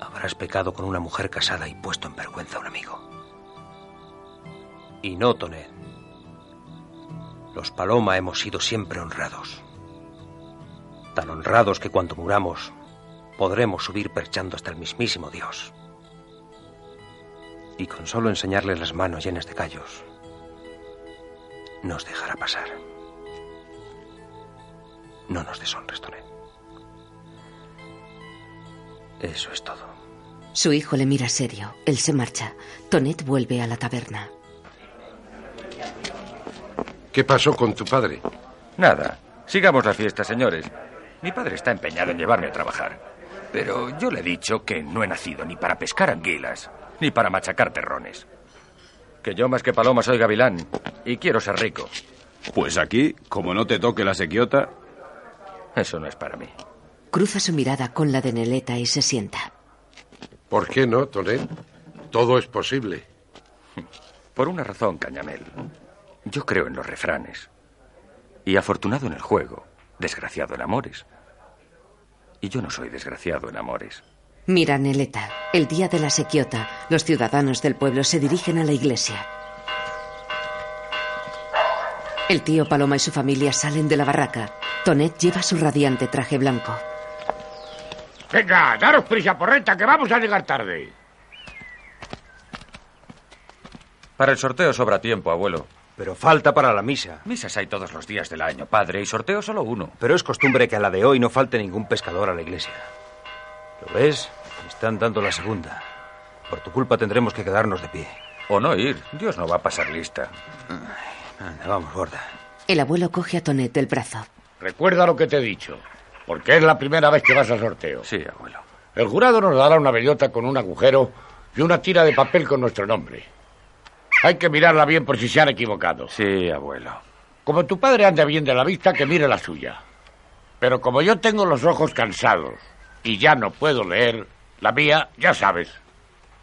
S3: Habrás pecado con una mujer casada y puesto en vergüenza a un amigo. Y no, Tonet. Los Paloma hemos sido siempre honrados. Tan honrados que cuando muramos podremos subir perchando hasta el mismísimo Dios. Y con solo enseñarle las manos llenas de callos, nos dejará pasar. No nos deshonres, Tonet. Eso es todo.
S2: Su hijo le mira serio. Él se marcha. Tonet vuelve a la taberna.
S4: ¿Qué pasó con tu padre?
S6: Nada. Sigamos la fiesta, señores. Mi padre está empeñado en llevarme a trabajar. Pero yo le he dicho que no he nacido ni para pescar anguilas, ni para machacar terrones. Que yo más que paloma soy gavilán y quiero ser rico.
S19: Pues aquí, como no te toque la sequiota...
S6: Eso no es para mí.
S2: Cruza su mirada con la de Neleta y se sienta.
S4: ¿Por qué no, Tonet? Todo es posible.
S6: Por una razón, Cañamel. Yo creo en los refranes. Y afortunado en el juego, desgraciado en amores. Y yo no soy desgraciado en amores.
S2: Mira Neleta. El día de la sequiota, los ciudadanos del pueblo se dirigen a la iglesia. El tío Paloma y su familia salen de la barraca. Tonet lleva su radiante traje blanco.
S18: Venga, daros prisa, porreta, que vamos a llegar tarde.
S6: Para el sorteo sobra tiempo, abuelo.
S3: Pero falta para la misa.
S6: Misas hay todos los días del año, padre, y sorteo solo uno.
S3: Pero es costumbre que a la de hoy no falte ningún pescador a la iglesia. ¿Lo ves? Están dando la segunda. Por tu culpa tendremos que quedarnos de pie.
S6: O no ir. Dios no va a pasar lista.
S3: Ay, anda, vamos, gorda.
S2: El abuelo coge a Tonet del brazo.
S18: Recuerda lo que te he dicho, porque es la primera vez que vas al sorteo.
S6: Sí, abuelo.
S18: El jurado nos dará una bellota con un agujero y una tira de papel con nuestro nombre. Hay que mirarla bien por si se han equivocado.
S6: Sí, abuelo.
S18: Como tu padre anda bien de la vista, que mire la suya. Pero como yo tengo los ojos cansados y ya no puedo leer, la mía, ya sabes.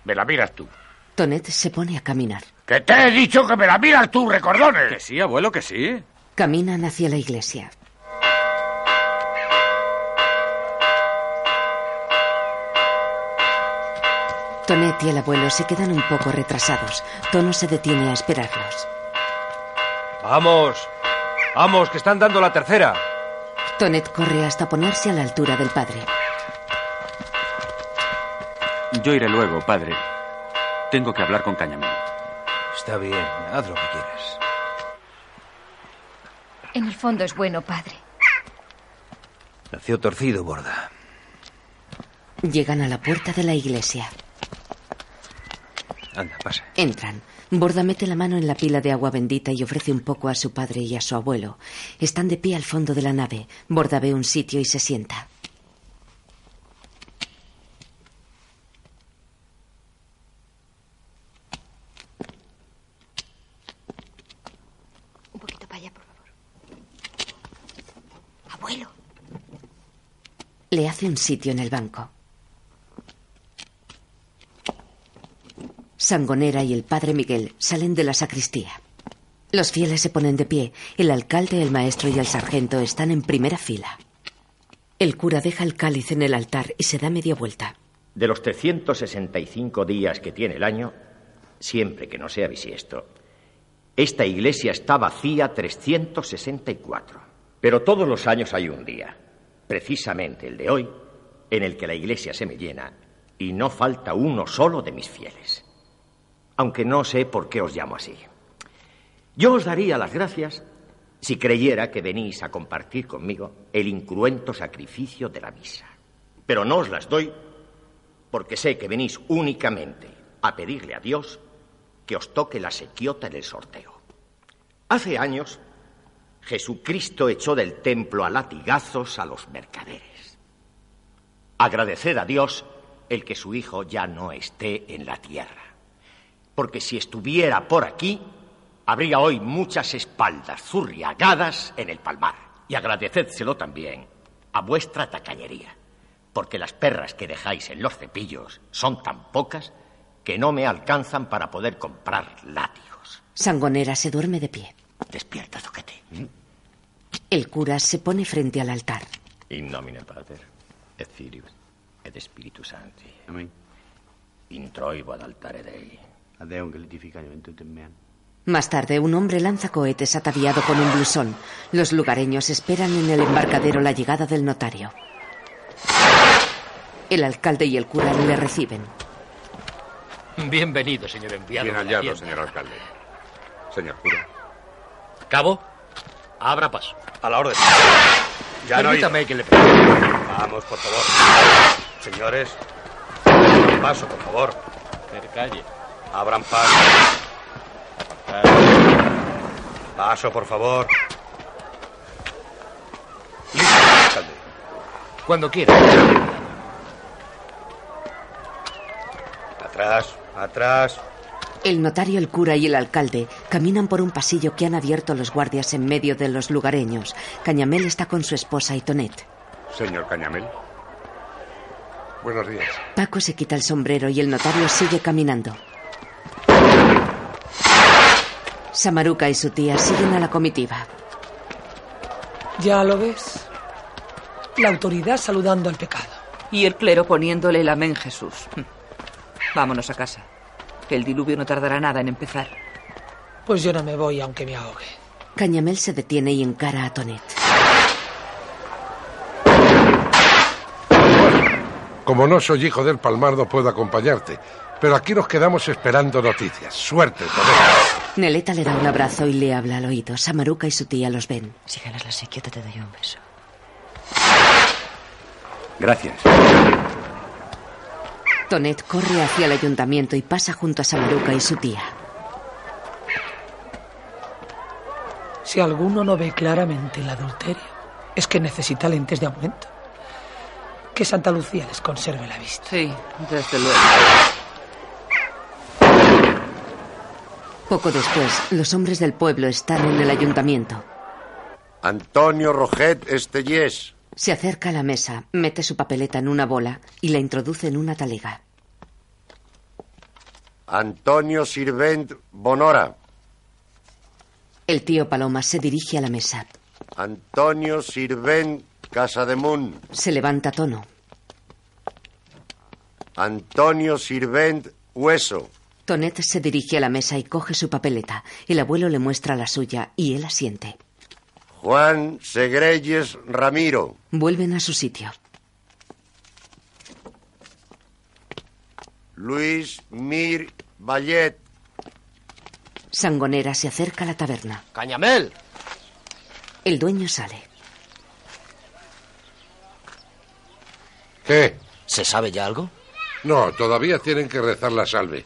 S18: Me la miras tú.
S2: Tonet se pone a caminar.
S18: ¡Que te he dicho que me la miras tú, recordones!
S6: Que sí, abuelo, que sí.
S2: Caminan hacia la iglesia. Tonet y el abuelo se quedan un poco retrasados. Tono se detiene a esperarlos.
S16: Vamos, vamos, que están dando la tercera.
S2: Tonet corre hasta ponerse a la altura del padre.
S6: Yo iré luego, padre. Tengo que hablar con Cañamel.
S3: Está bien, haz lo que quieras.
S10: En el fondo es bueno, padre.
S3: Nació torcido, borda.
S2: Llegan a la puerta de la iglesia.
S3: Anda, pasa.
S2: Entran. Borda mete la mano en la pila de agua bendita y ofrece un poco a su padre y a su abuelo. Están de pie al fondo de la nave. Borda ve un sitio y se sienta.
S10: Un poquito para allá, por favor. Abuelo.
S2: Le hace un sitio en el banco. Sangonera y el padre Miguel salen de la sacristía. Los fieles se ponen de pie. El alcalde, el maestro y el sargento están en primera fila. El cura deja el cáliz en el altar y se da media vuelta.
S20: De los 365 días que tiene el año, siempre que no sea bisiesto, esta iglesia está vacía 364. Pero todos los años hay un día, precisamente el de hoy, en el que la iglesia se me llena y no falta uno solo de mis fieles aunque no sé por qué os llamo así. Yo os daría las gracias si creyera que venís a compartir conmigo el incruento sacrificio de la misa. Pero no os las doy porque sé que venís únicamente a pedirle a Dios que os toque la sequiota en el sorteo. Hace años, Jesucristo echó del templo a latigazos a los mercaderes. Agradeced a Dios el que su hijo ya no esté en la tierra porque si estuviera por aquí, habría hoy muchas espaldas zurriagadas en el palmar. Y agradecédselo también a vuestra tacañería, porque las perras que dejáis en los cepillos son tan pocas que no me alcanzan para poder comprar látigos.
S2: Sangonera se duerme de pie.
S20: Despierta, zoquete.
S2: El cura se pone frente al altar.
S20: In nomine Pater, et Filius, et Spiritus Sancti. Amén. Introibo ad altare Dei.
S2: Más tarde, un hombre lanza cohetes ataviado con un blusón. Los lugareños esperan en el embarcadero la llegada del notario. El alcalde y el cura le reciben.
S1: Bienvenido, señor enviado.
S4: Bien hallado, señor alcalde. Señor cura.
S1: Cabo, abra paso.
S24: A la orden.
S1: Ya Permítame no que le
S24: Vamos, por favor. Señores, paso, por favor.
S1: Per calle.
S24: Abran paso. Paso, por favor.
S1: Alcalde. Cuando quiera.
S24: Atrás, atrás.
S2: El notario, el cura y el alcalde caminan por un pasillo que han abierto los guardias en medio de los lugareños. Cañamel está con su esposa y Tonet.
S15: Señor Cañamel.
S4: Buenos días.
S2: Paco se quita el sombrero y el notario sigue caminando. Samaruca y su tía siguen a la comitiva.
S5: Ya lo ves. La autoridad saludando al pecado.
S21: Y el clero poniéndole el amén Jesús. Vámonos a casa. Que el diluvio no tardará nada en empezar.
S5: Pues yo no me voy aunque me ahogue.
S2: Cañamel se detiene y encara a Tonet.
S4: Como no soy hijo del Palmar, no puedo acompañarte. Pero aquí nos quedamos esperando noticias. Suerte, Tonet.
S2: Neleta le da un abrazo y le habla al oído. Samaruca y su tía los ven.
S7: Si ganas la sequieta te doy un beso.
S6: Gracias.
S2: Tonet corre hacia el ayuntamiento y pasa junto a Samaruca y su tía.
S5: Si alguno no ve claramente el adulterio, es que necesita lentes de aumento. Que Santa Lucía les conserve la vista.
S21: Sí, desde luego.
S2: Poco después, los hombres del pueblo están en el ayuntamiento.
S15: Antonio Roget Estellés.
S2: Se acerca a la mesa, mete su papeleta en una bola y la introduce en una talega.
S15: Antonio Sirvent Bonora.
S2: El tío Paloma se dirige a la mesa.
S15: Antonio Sirvent Casademun.
S2: Se levanta tono.
S15: Antonio Sirvent Hueso.
S2: Tonet se dirige a la mesa y coge su papeleta. El abuelo le muestra la suya y él asiente.
S15: Juan Segreyes Ramiro.
S2: Vuelven a su sitio.
S15: Luis Mir Vallet.
S2: Sangonera se acerca a la taberna.
S9: Cañamel.
S2: El dueño sale.
S4: ¿Qué?
S9: ¿Se sabe ya algo?
S4: No, todavía tienen que rezar la salve.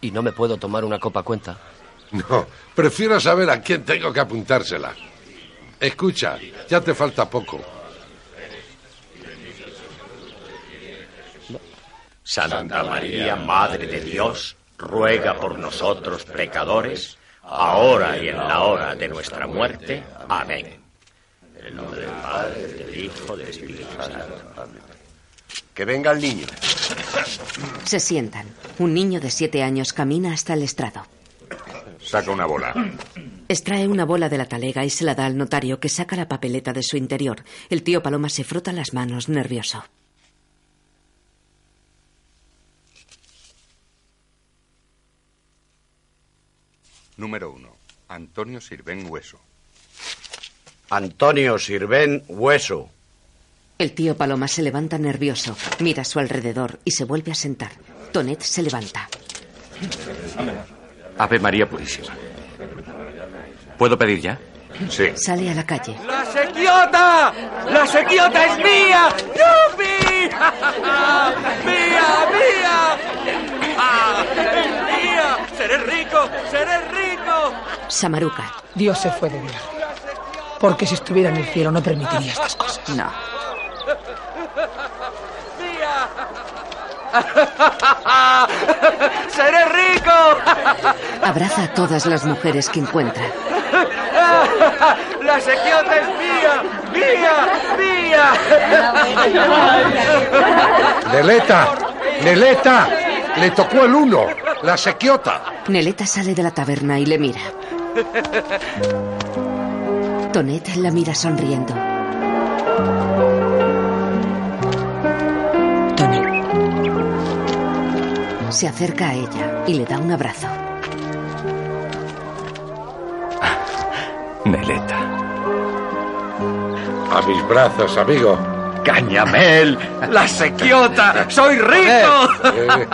S9: ¿Y no me puedo tomar una copa cuenta?
S4: No, prefiero saber a quién tengo que apuntársela. Escucha, ya te falta poco.
S25: Santa María, Madre de Dios, ruega por nosotros pecadores, ahora y en la hora de nuestra muerte. Amén. En el nombre del Padre, del Hijo, del Espíritu Santo. Amén.
S15: Que venga el niño.
S2: Se sientan. Un niño de siete años camina hasta el estrado.
S15: Saca una bola.
S2: Extrae una bola de la talega y se la da al notario que saca la papeleta de su interior. El tío Paloma se frota las manos nervioso.
S26: Número 1. Antonio Sirven Hueso.
S15: Antonio Sirven Hueso.
S2: El tío Paloma se levanta nervioso, mira a su alrededor y se vuelve a sentar. Tonet se levanta.
S6: Ave María Purísima. ¿Puedo pedir ya?
S15: Sí.
S2: Sale a la calle.
S12: ¡La sequiota! ¡La sequiota es mía! ¡Yupi! ¡Mía, mía! ¡Ah, ¡Eres mía! ¡Seré rico! ¡Seré rico!
S2: Samaruca.
S5: Dios se fue de viaje. Porque si estuviera en el cielo no permitiría estas cosas.
S21: No.
S12: ¡Seré rico!
S2: Abraza a todas las mujeres que encuentra.
S12: ¡La sequiota es mía! ¡Mía! ¡Mía!
S4: Neleta, Neleta, le tocó el uno, la sequiota.
S2: Neleta sale de la taberna y le mira. Tonet la mira sonriendo. Se acerca a ella y le da un abrazo.
S6: Neleta.
S4: A mis brazos, amigo.
S9: Cañamel, la sequiota, soy rico.
S4: Eh,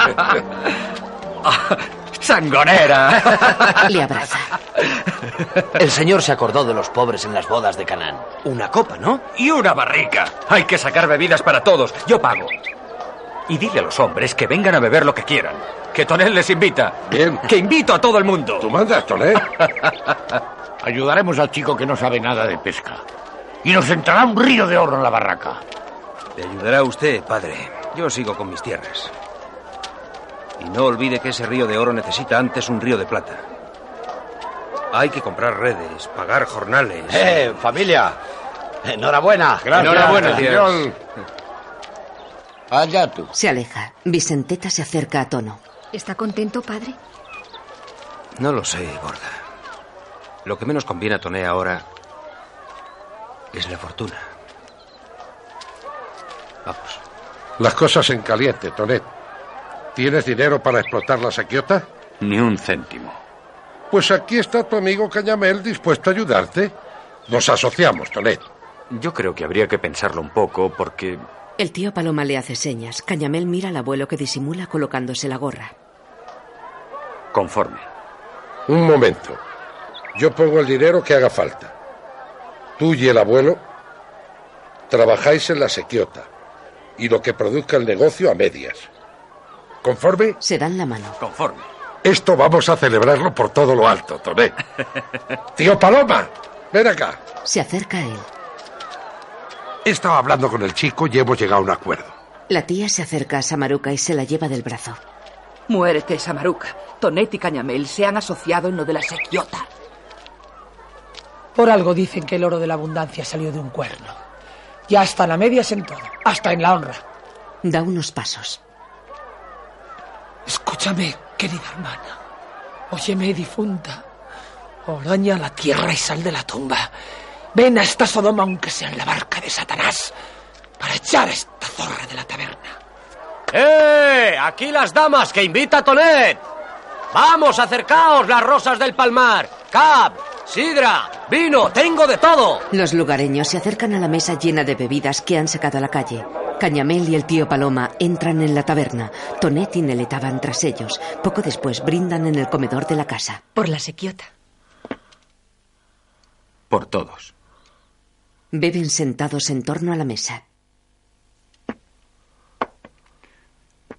S6: Ah,
S9: Sangonera.
S2: Le abraza.
S9: El señor se acordó de los pobres en las bodas de Canaán. Una copa, ¿no?
S6: Y una barrica. Hay que sacar bebidas para todos. Yo pago. Y dile a los hombres que vengan a beber lo que quieran. Que Tonel les invita.
S4: Bien.
S6: Que invito a todo el mundo.
S4: ¿Tú mandas, Tonel?
S11: Ayudaremos al chico que no sabe nada de pesca. Y nos entrará un río de oro en la barraca.
S3: Le ayudará usted, padre. Yo sigo con mis tierras. Y no olvide que ese río de oro necesita antes un río de plata. Hay que comprar redes, pagar jornales.
S15: ¡Eh, familia! ¡Enhorabuena!
S3: Enhorabuena, señor.
S11: Allá tú.
S2: Se aleja. Vicenteta se acerca a Tono.
S10: ¿Está contento, padre?
S3: No lo sé, gorda. Lo que menos conviene a Toné ahora es la fortuna. Vamos.
S4: Las cosas en caliente, Tonet. ¿Tienes dinero para explotar la sequiota?
S6: Ni un céntimo.
S4: Pues aquí está tu amigo Cañamel dispuesto a ayudarte. Nos asociamos, Tonet.
S6: Yo creo que habría que pensarlo un poco porque...
S2: El tío Paloma le hace señas. Cañamel mira al abuelo que disimula colocándose la gorra.
S6: Conforme.
S4: Un momento. Yo pongo el dinero que haga falta. Tú y el abuelo trabajáis en la sequiota y lo que produzca el negocio a medias. ¿Conforme?
S2: Se dan la mano.
S6: Conforme.
S4: Esto vamos a celebrarlo por todo lo alto, Tonet. Tío Paloma, ven acá.
S2: Se acerca a él.
S4: He estado hablando con el chico y hemos llegado a un acuerdo.
S2: La tía se acerca a Samaruca y se la lleva del brazo.
S21: Muérete, Samaruca. Tonet y Cañamel se han asociado en lo de la sequiota.
S5: Por algo dicen que el oro de la abundancia salió de un cuerno. Ya están a medias en todo, hasta en la honra.
S2: Da unos pasos.
S5: Escúchame, querida hermana. Óyeme, difunta. Oraña la tierra y sal de la tumba. Ven a esta Sodoma, aunque sea en la barca de Satanás, para echar a esta zorra de la taberna.
S8: ¡Eh! Aquí las damas que invita Tonet. Vamos, acercaos las rosas del palmar. Cap, sidra, vino, tengo de todo.
S2: Los lugareños se acercan a la mesa llena de bebidas que han sacado a la calle. Cañamel y el tío Paloma entran en la taberna. Tonet y Neleta van tras ellos. Poco después brindan en el comedor de la casa.
S10: Por la sequiota.
S6: Por todos.
S2: Beben sentados en torno a la mesa.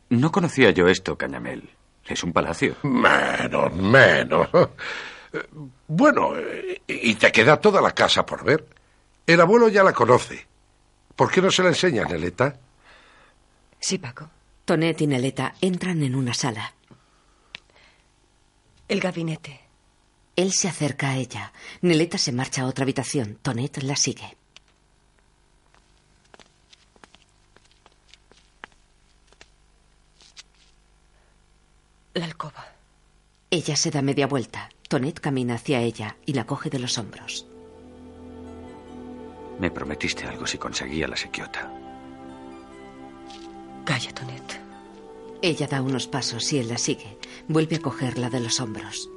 S6: No conocía yo esto, Cañamel. Es un palacio.
S4: Menos, menos. Bueno, eh, y te queda toda la casa por ver. El abuelo ya la conoce. ¿Por qué no se la enseña, Neleta?
S10: Sí, Paco.
S2: Tonet y Neleta entran en una sala.
S10: El gabinete.
S2: Él se acerca a ella. Neleta se marcha a otra habitación. Tonet la sigue.
S10: La alcoba.
S2: Ella se da media vuelta. Tonet camina hacia ella y la coge de los hombros.
S6: Me prometiste algo si conseguía la sequiota.
S10: Calla, Tonet.
S2: Ella da unos pasos y él la sigue. Vuelve a cogerla de los hombros.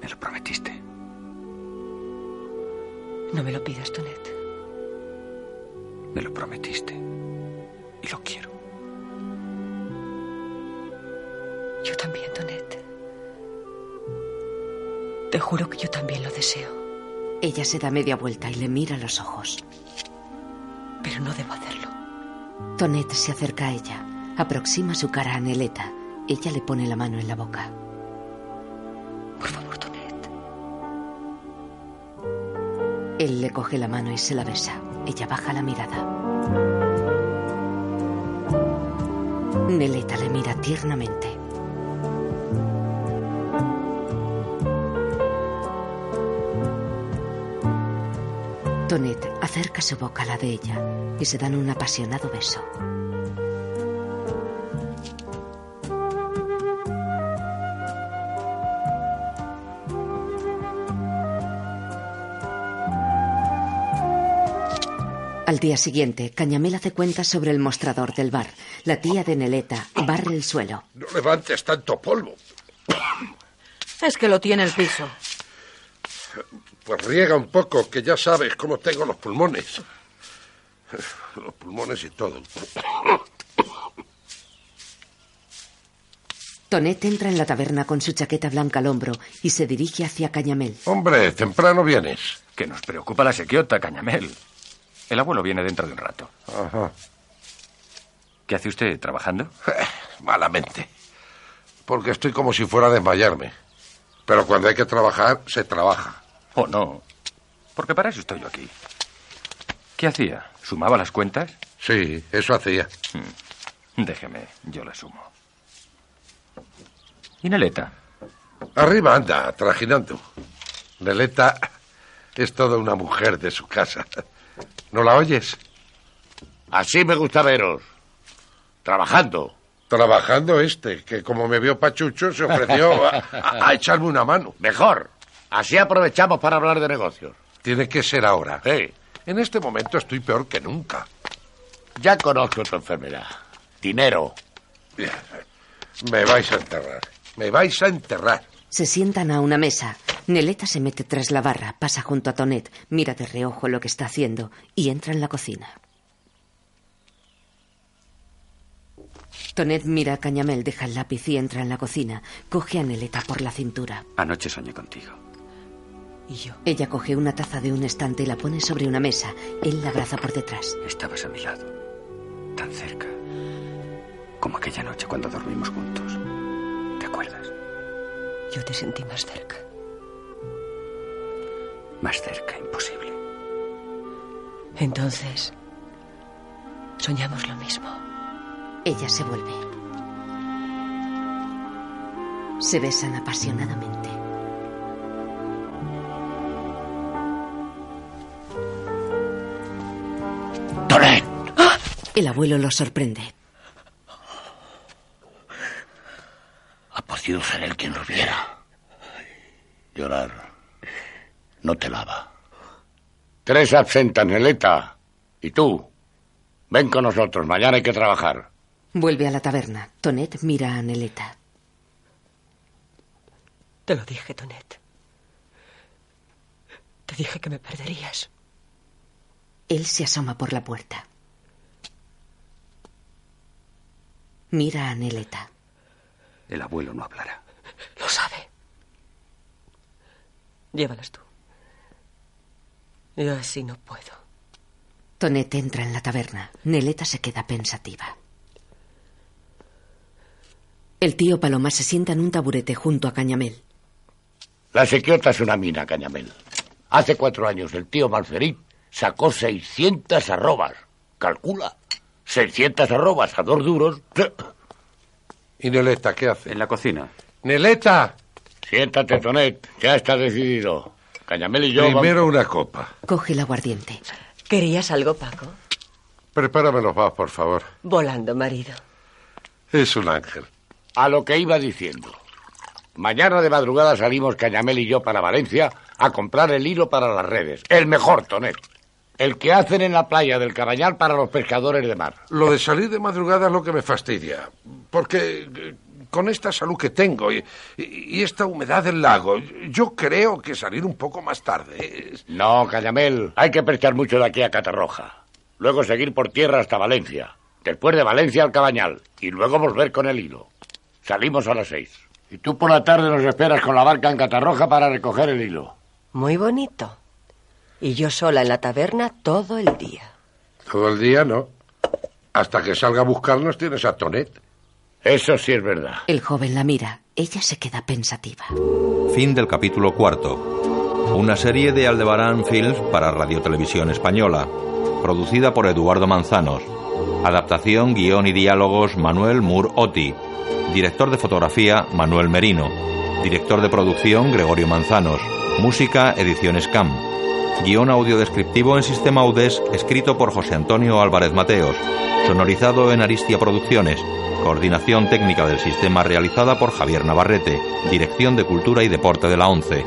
S6: Me lo prometiste.
S10: No me lo pidas, Tonet.
S6: Me lo prometiste. Y lo quiero.
S10: Yo también, Tonet. Te juro que yo también lo deseo.
S2: Ella se da media vuelta y le mira a los ojos.
S10: Pero no debo hacerlo.
S2: Tonet se acerca a ella, aproxima su cara a Neleta. Ella le pone la mano en la boca.
S10: Por favor, Tonet.
S2: Él le coge la mano y se la besa. Ella baja la mirada. Neleta le mira tiernamente. Tonet acerca su boca a la de ella y se dan un apasionado beso. Al día siguiente, Cañamel hace cuentas sobre el mostrador del bar. La tía de Neleta barre el suelo.
S4: No levantes tanto polvo.
S17: Es que lo tiene el piso.
S4: Pues riega un poco, que ya sabes cómo tengo los pulmones. Los pulmones y todo.
S2: Tonet entra en la taberna con su chaqueta blanca al hombro y se dirige hacia Cañamel.
S4: Hombre, temprano vienes.
S6: Que nos preocupa la sequiota, Cañamel. El abuelo viene dentro de un rato.
S4: Ajá.
S6: ¿Qué hace usted trabajando?
S4: Eh, Malamente. Porque estoy como si fuera a desmayarme. Pero cuando hay que trabajar, se trabaja.
S6: Oh, no. Porque para eso estoy yo aquí. ¿Qué hacía? ¿Sumaba las cuentas?
S4: Sí, eso hacía.
S6: Hmm. Déjeme, yo la sumo. ¿Y Neleta?
S4: Arriba anda, trajinando. Neleta es toda una mujer de su casa. ¿No la oyes?
S11: Así me gusta veros. Trabajando.
S4: Trabajando este, que como me vio Pachucho, se ofreció a, a- a echarme una mano.
S11: Mejor. Así aprovechamos para hablar de negocios.
S4: Tiene que ser ahora.
S11: Sí.
S4: En este momento estoy peor que nunca.
S11: Ya conozco tu enfermedad. Dinero.
S4: Me vais a enterrar. Me vais a enterrar.
S2: Se sientan a una mesa. Neleta se mete tras la barra, pasa junto a Tonet, mira de reojo lo que está haciendo y entra en la cocina. Tonet mira a Cañamel, deja el lápiz y entra en la cocina. Coge a Neleta por la cintura.
S6: Anoche soñé contigo.
S2: ¿Y yo? Ella coge una taza de un estante y la pone sobre una mesa. Él la abraza por detrás.
S6: Estabas a mi lado, tan cerca, como aquella noche cuando dormimos juntos. ¿Te acuerdas?
S7: Yo te sentí más cerca.
S6: Más cerca, imposible.
S7: Entonces, soñamos lo mismo.
S2: Ella se vuelve. Se besan apasionadamente. El abuelo los sorprende.
S27: Ha podido ser él quien lo viera. Llorar no te lava.
S11: Tres absentas, Neleta. ¿Y tú? Ven con nosotros, mañana hay que trabajar.
S2: Vuelve a la taberna. Tonet mira a Neleta.
S7: Te lo dije, Tonet. Te dije que me perderías.
S2: Él se asoma por la puerta. Mira a Neleta.
S6: El abuelo no hablará.
S7: Lo sabe. Llévalas tú. Yo así no puedo.
S2: Tonet entra en la taberna. Neleta se queda pensativa. El tío Paloma se sienta en un taburete junto a Cañamel.
S11: La sequiota es una mina, Cañamel. Hace cuatro años el tío Malferit sacó 600 arrobas. Calcula. 600 arrobas a dos duros.
S4: ¿Y Neleta qué hace?
S6: En la cocina.
S4: ¡Neleta!
S11: Siéntate, Tonet. Ya está decidido. Cañamel y yo. vamos-
S4: Primero una copa.
S2: Coge el aguardiente.
S7: ¿Querías algo, Paco?
S4: Prepárame los vasos, por favor.
S7: Volando, marido.
S4: Es un ángel.
S11: A lo que iba diciendo. Mañana de madrugada salimos Cañamel y yo para Valencia a comprar el hilo para las redes. El mejor, Tonet. El que hacen en la playa del Cabañal para los pescadores de mar.
S4: Lo de salir de madrugada es lo que me fastidia. Porque eh, con esta salud que tengo y, y- y esta humedad del lago, yo creo que salir un poco más tarde. es-
S11: No, Cañamel, hay que pescar mucho de aquí a Catarroja. Luego seguir por tierra hasta Valencia. Después de Valencia al Cabañal. Y luego volver con el hilo. Salimos a las seis. Y tú por la tarde nos esperas con la barca en Catarroja para recoger el hilo.
S7: Muy bonito. Y yo sola en la taberna todo el día.
S4: Todo el día no. Hasta que salga a buscarnos tienes a Tonet.
S11: Eso sí es verdad.
S2: El joven la mira. Ella se queda pensativa.
S1: Fin del capítulo cuarto. Una serie de Aldebarán Films para Radio Televisión Española. Producida por Eduardo Manzanos. Adaptación, guión y diálogos Manuel Mur Oti. Director de fotografía Manuel Merino. Director de producción Gregorio Manzanos. Música Ediciones CAM. Guión audio descriptivo en sistema UDES escrito por José Antonio Álvarez Mateos. Sonorizado en Aristia Producciones. Coordinación técnica del sistema realizada por Javier Navarrete. Dirección de Cultura y Deporte de la ONCE.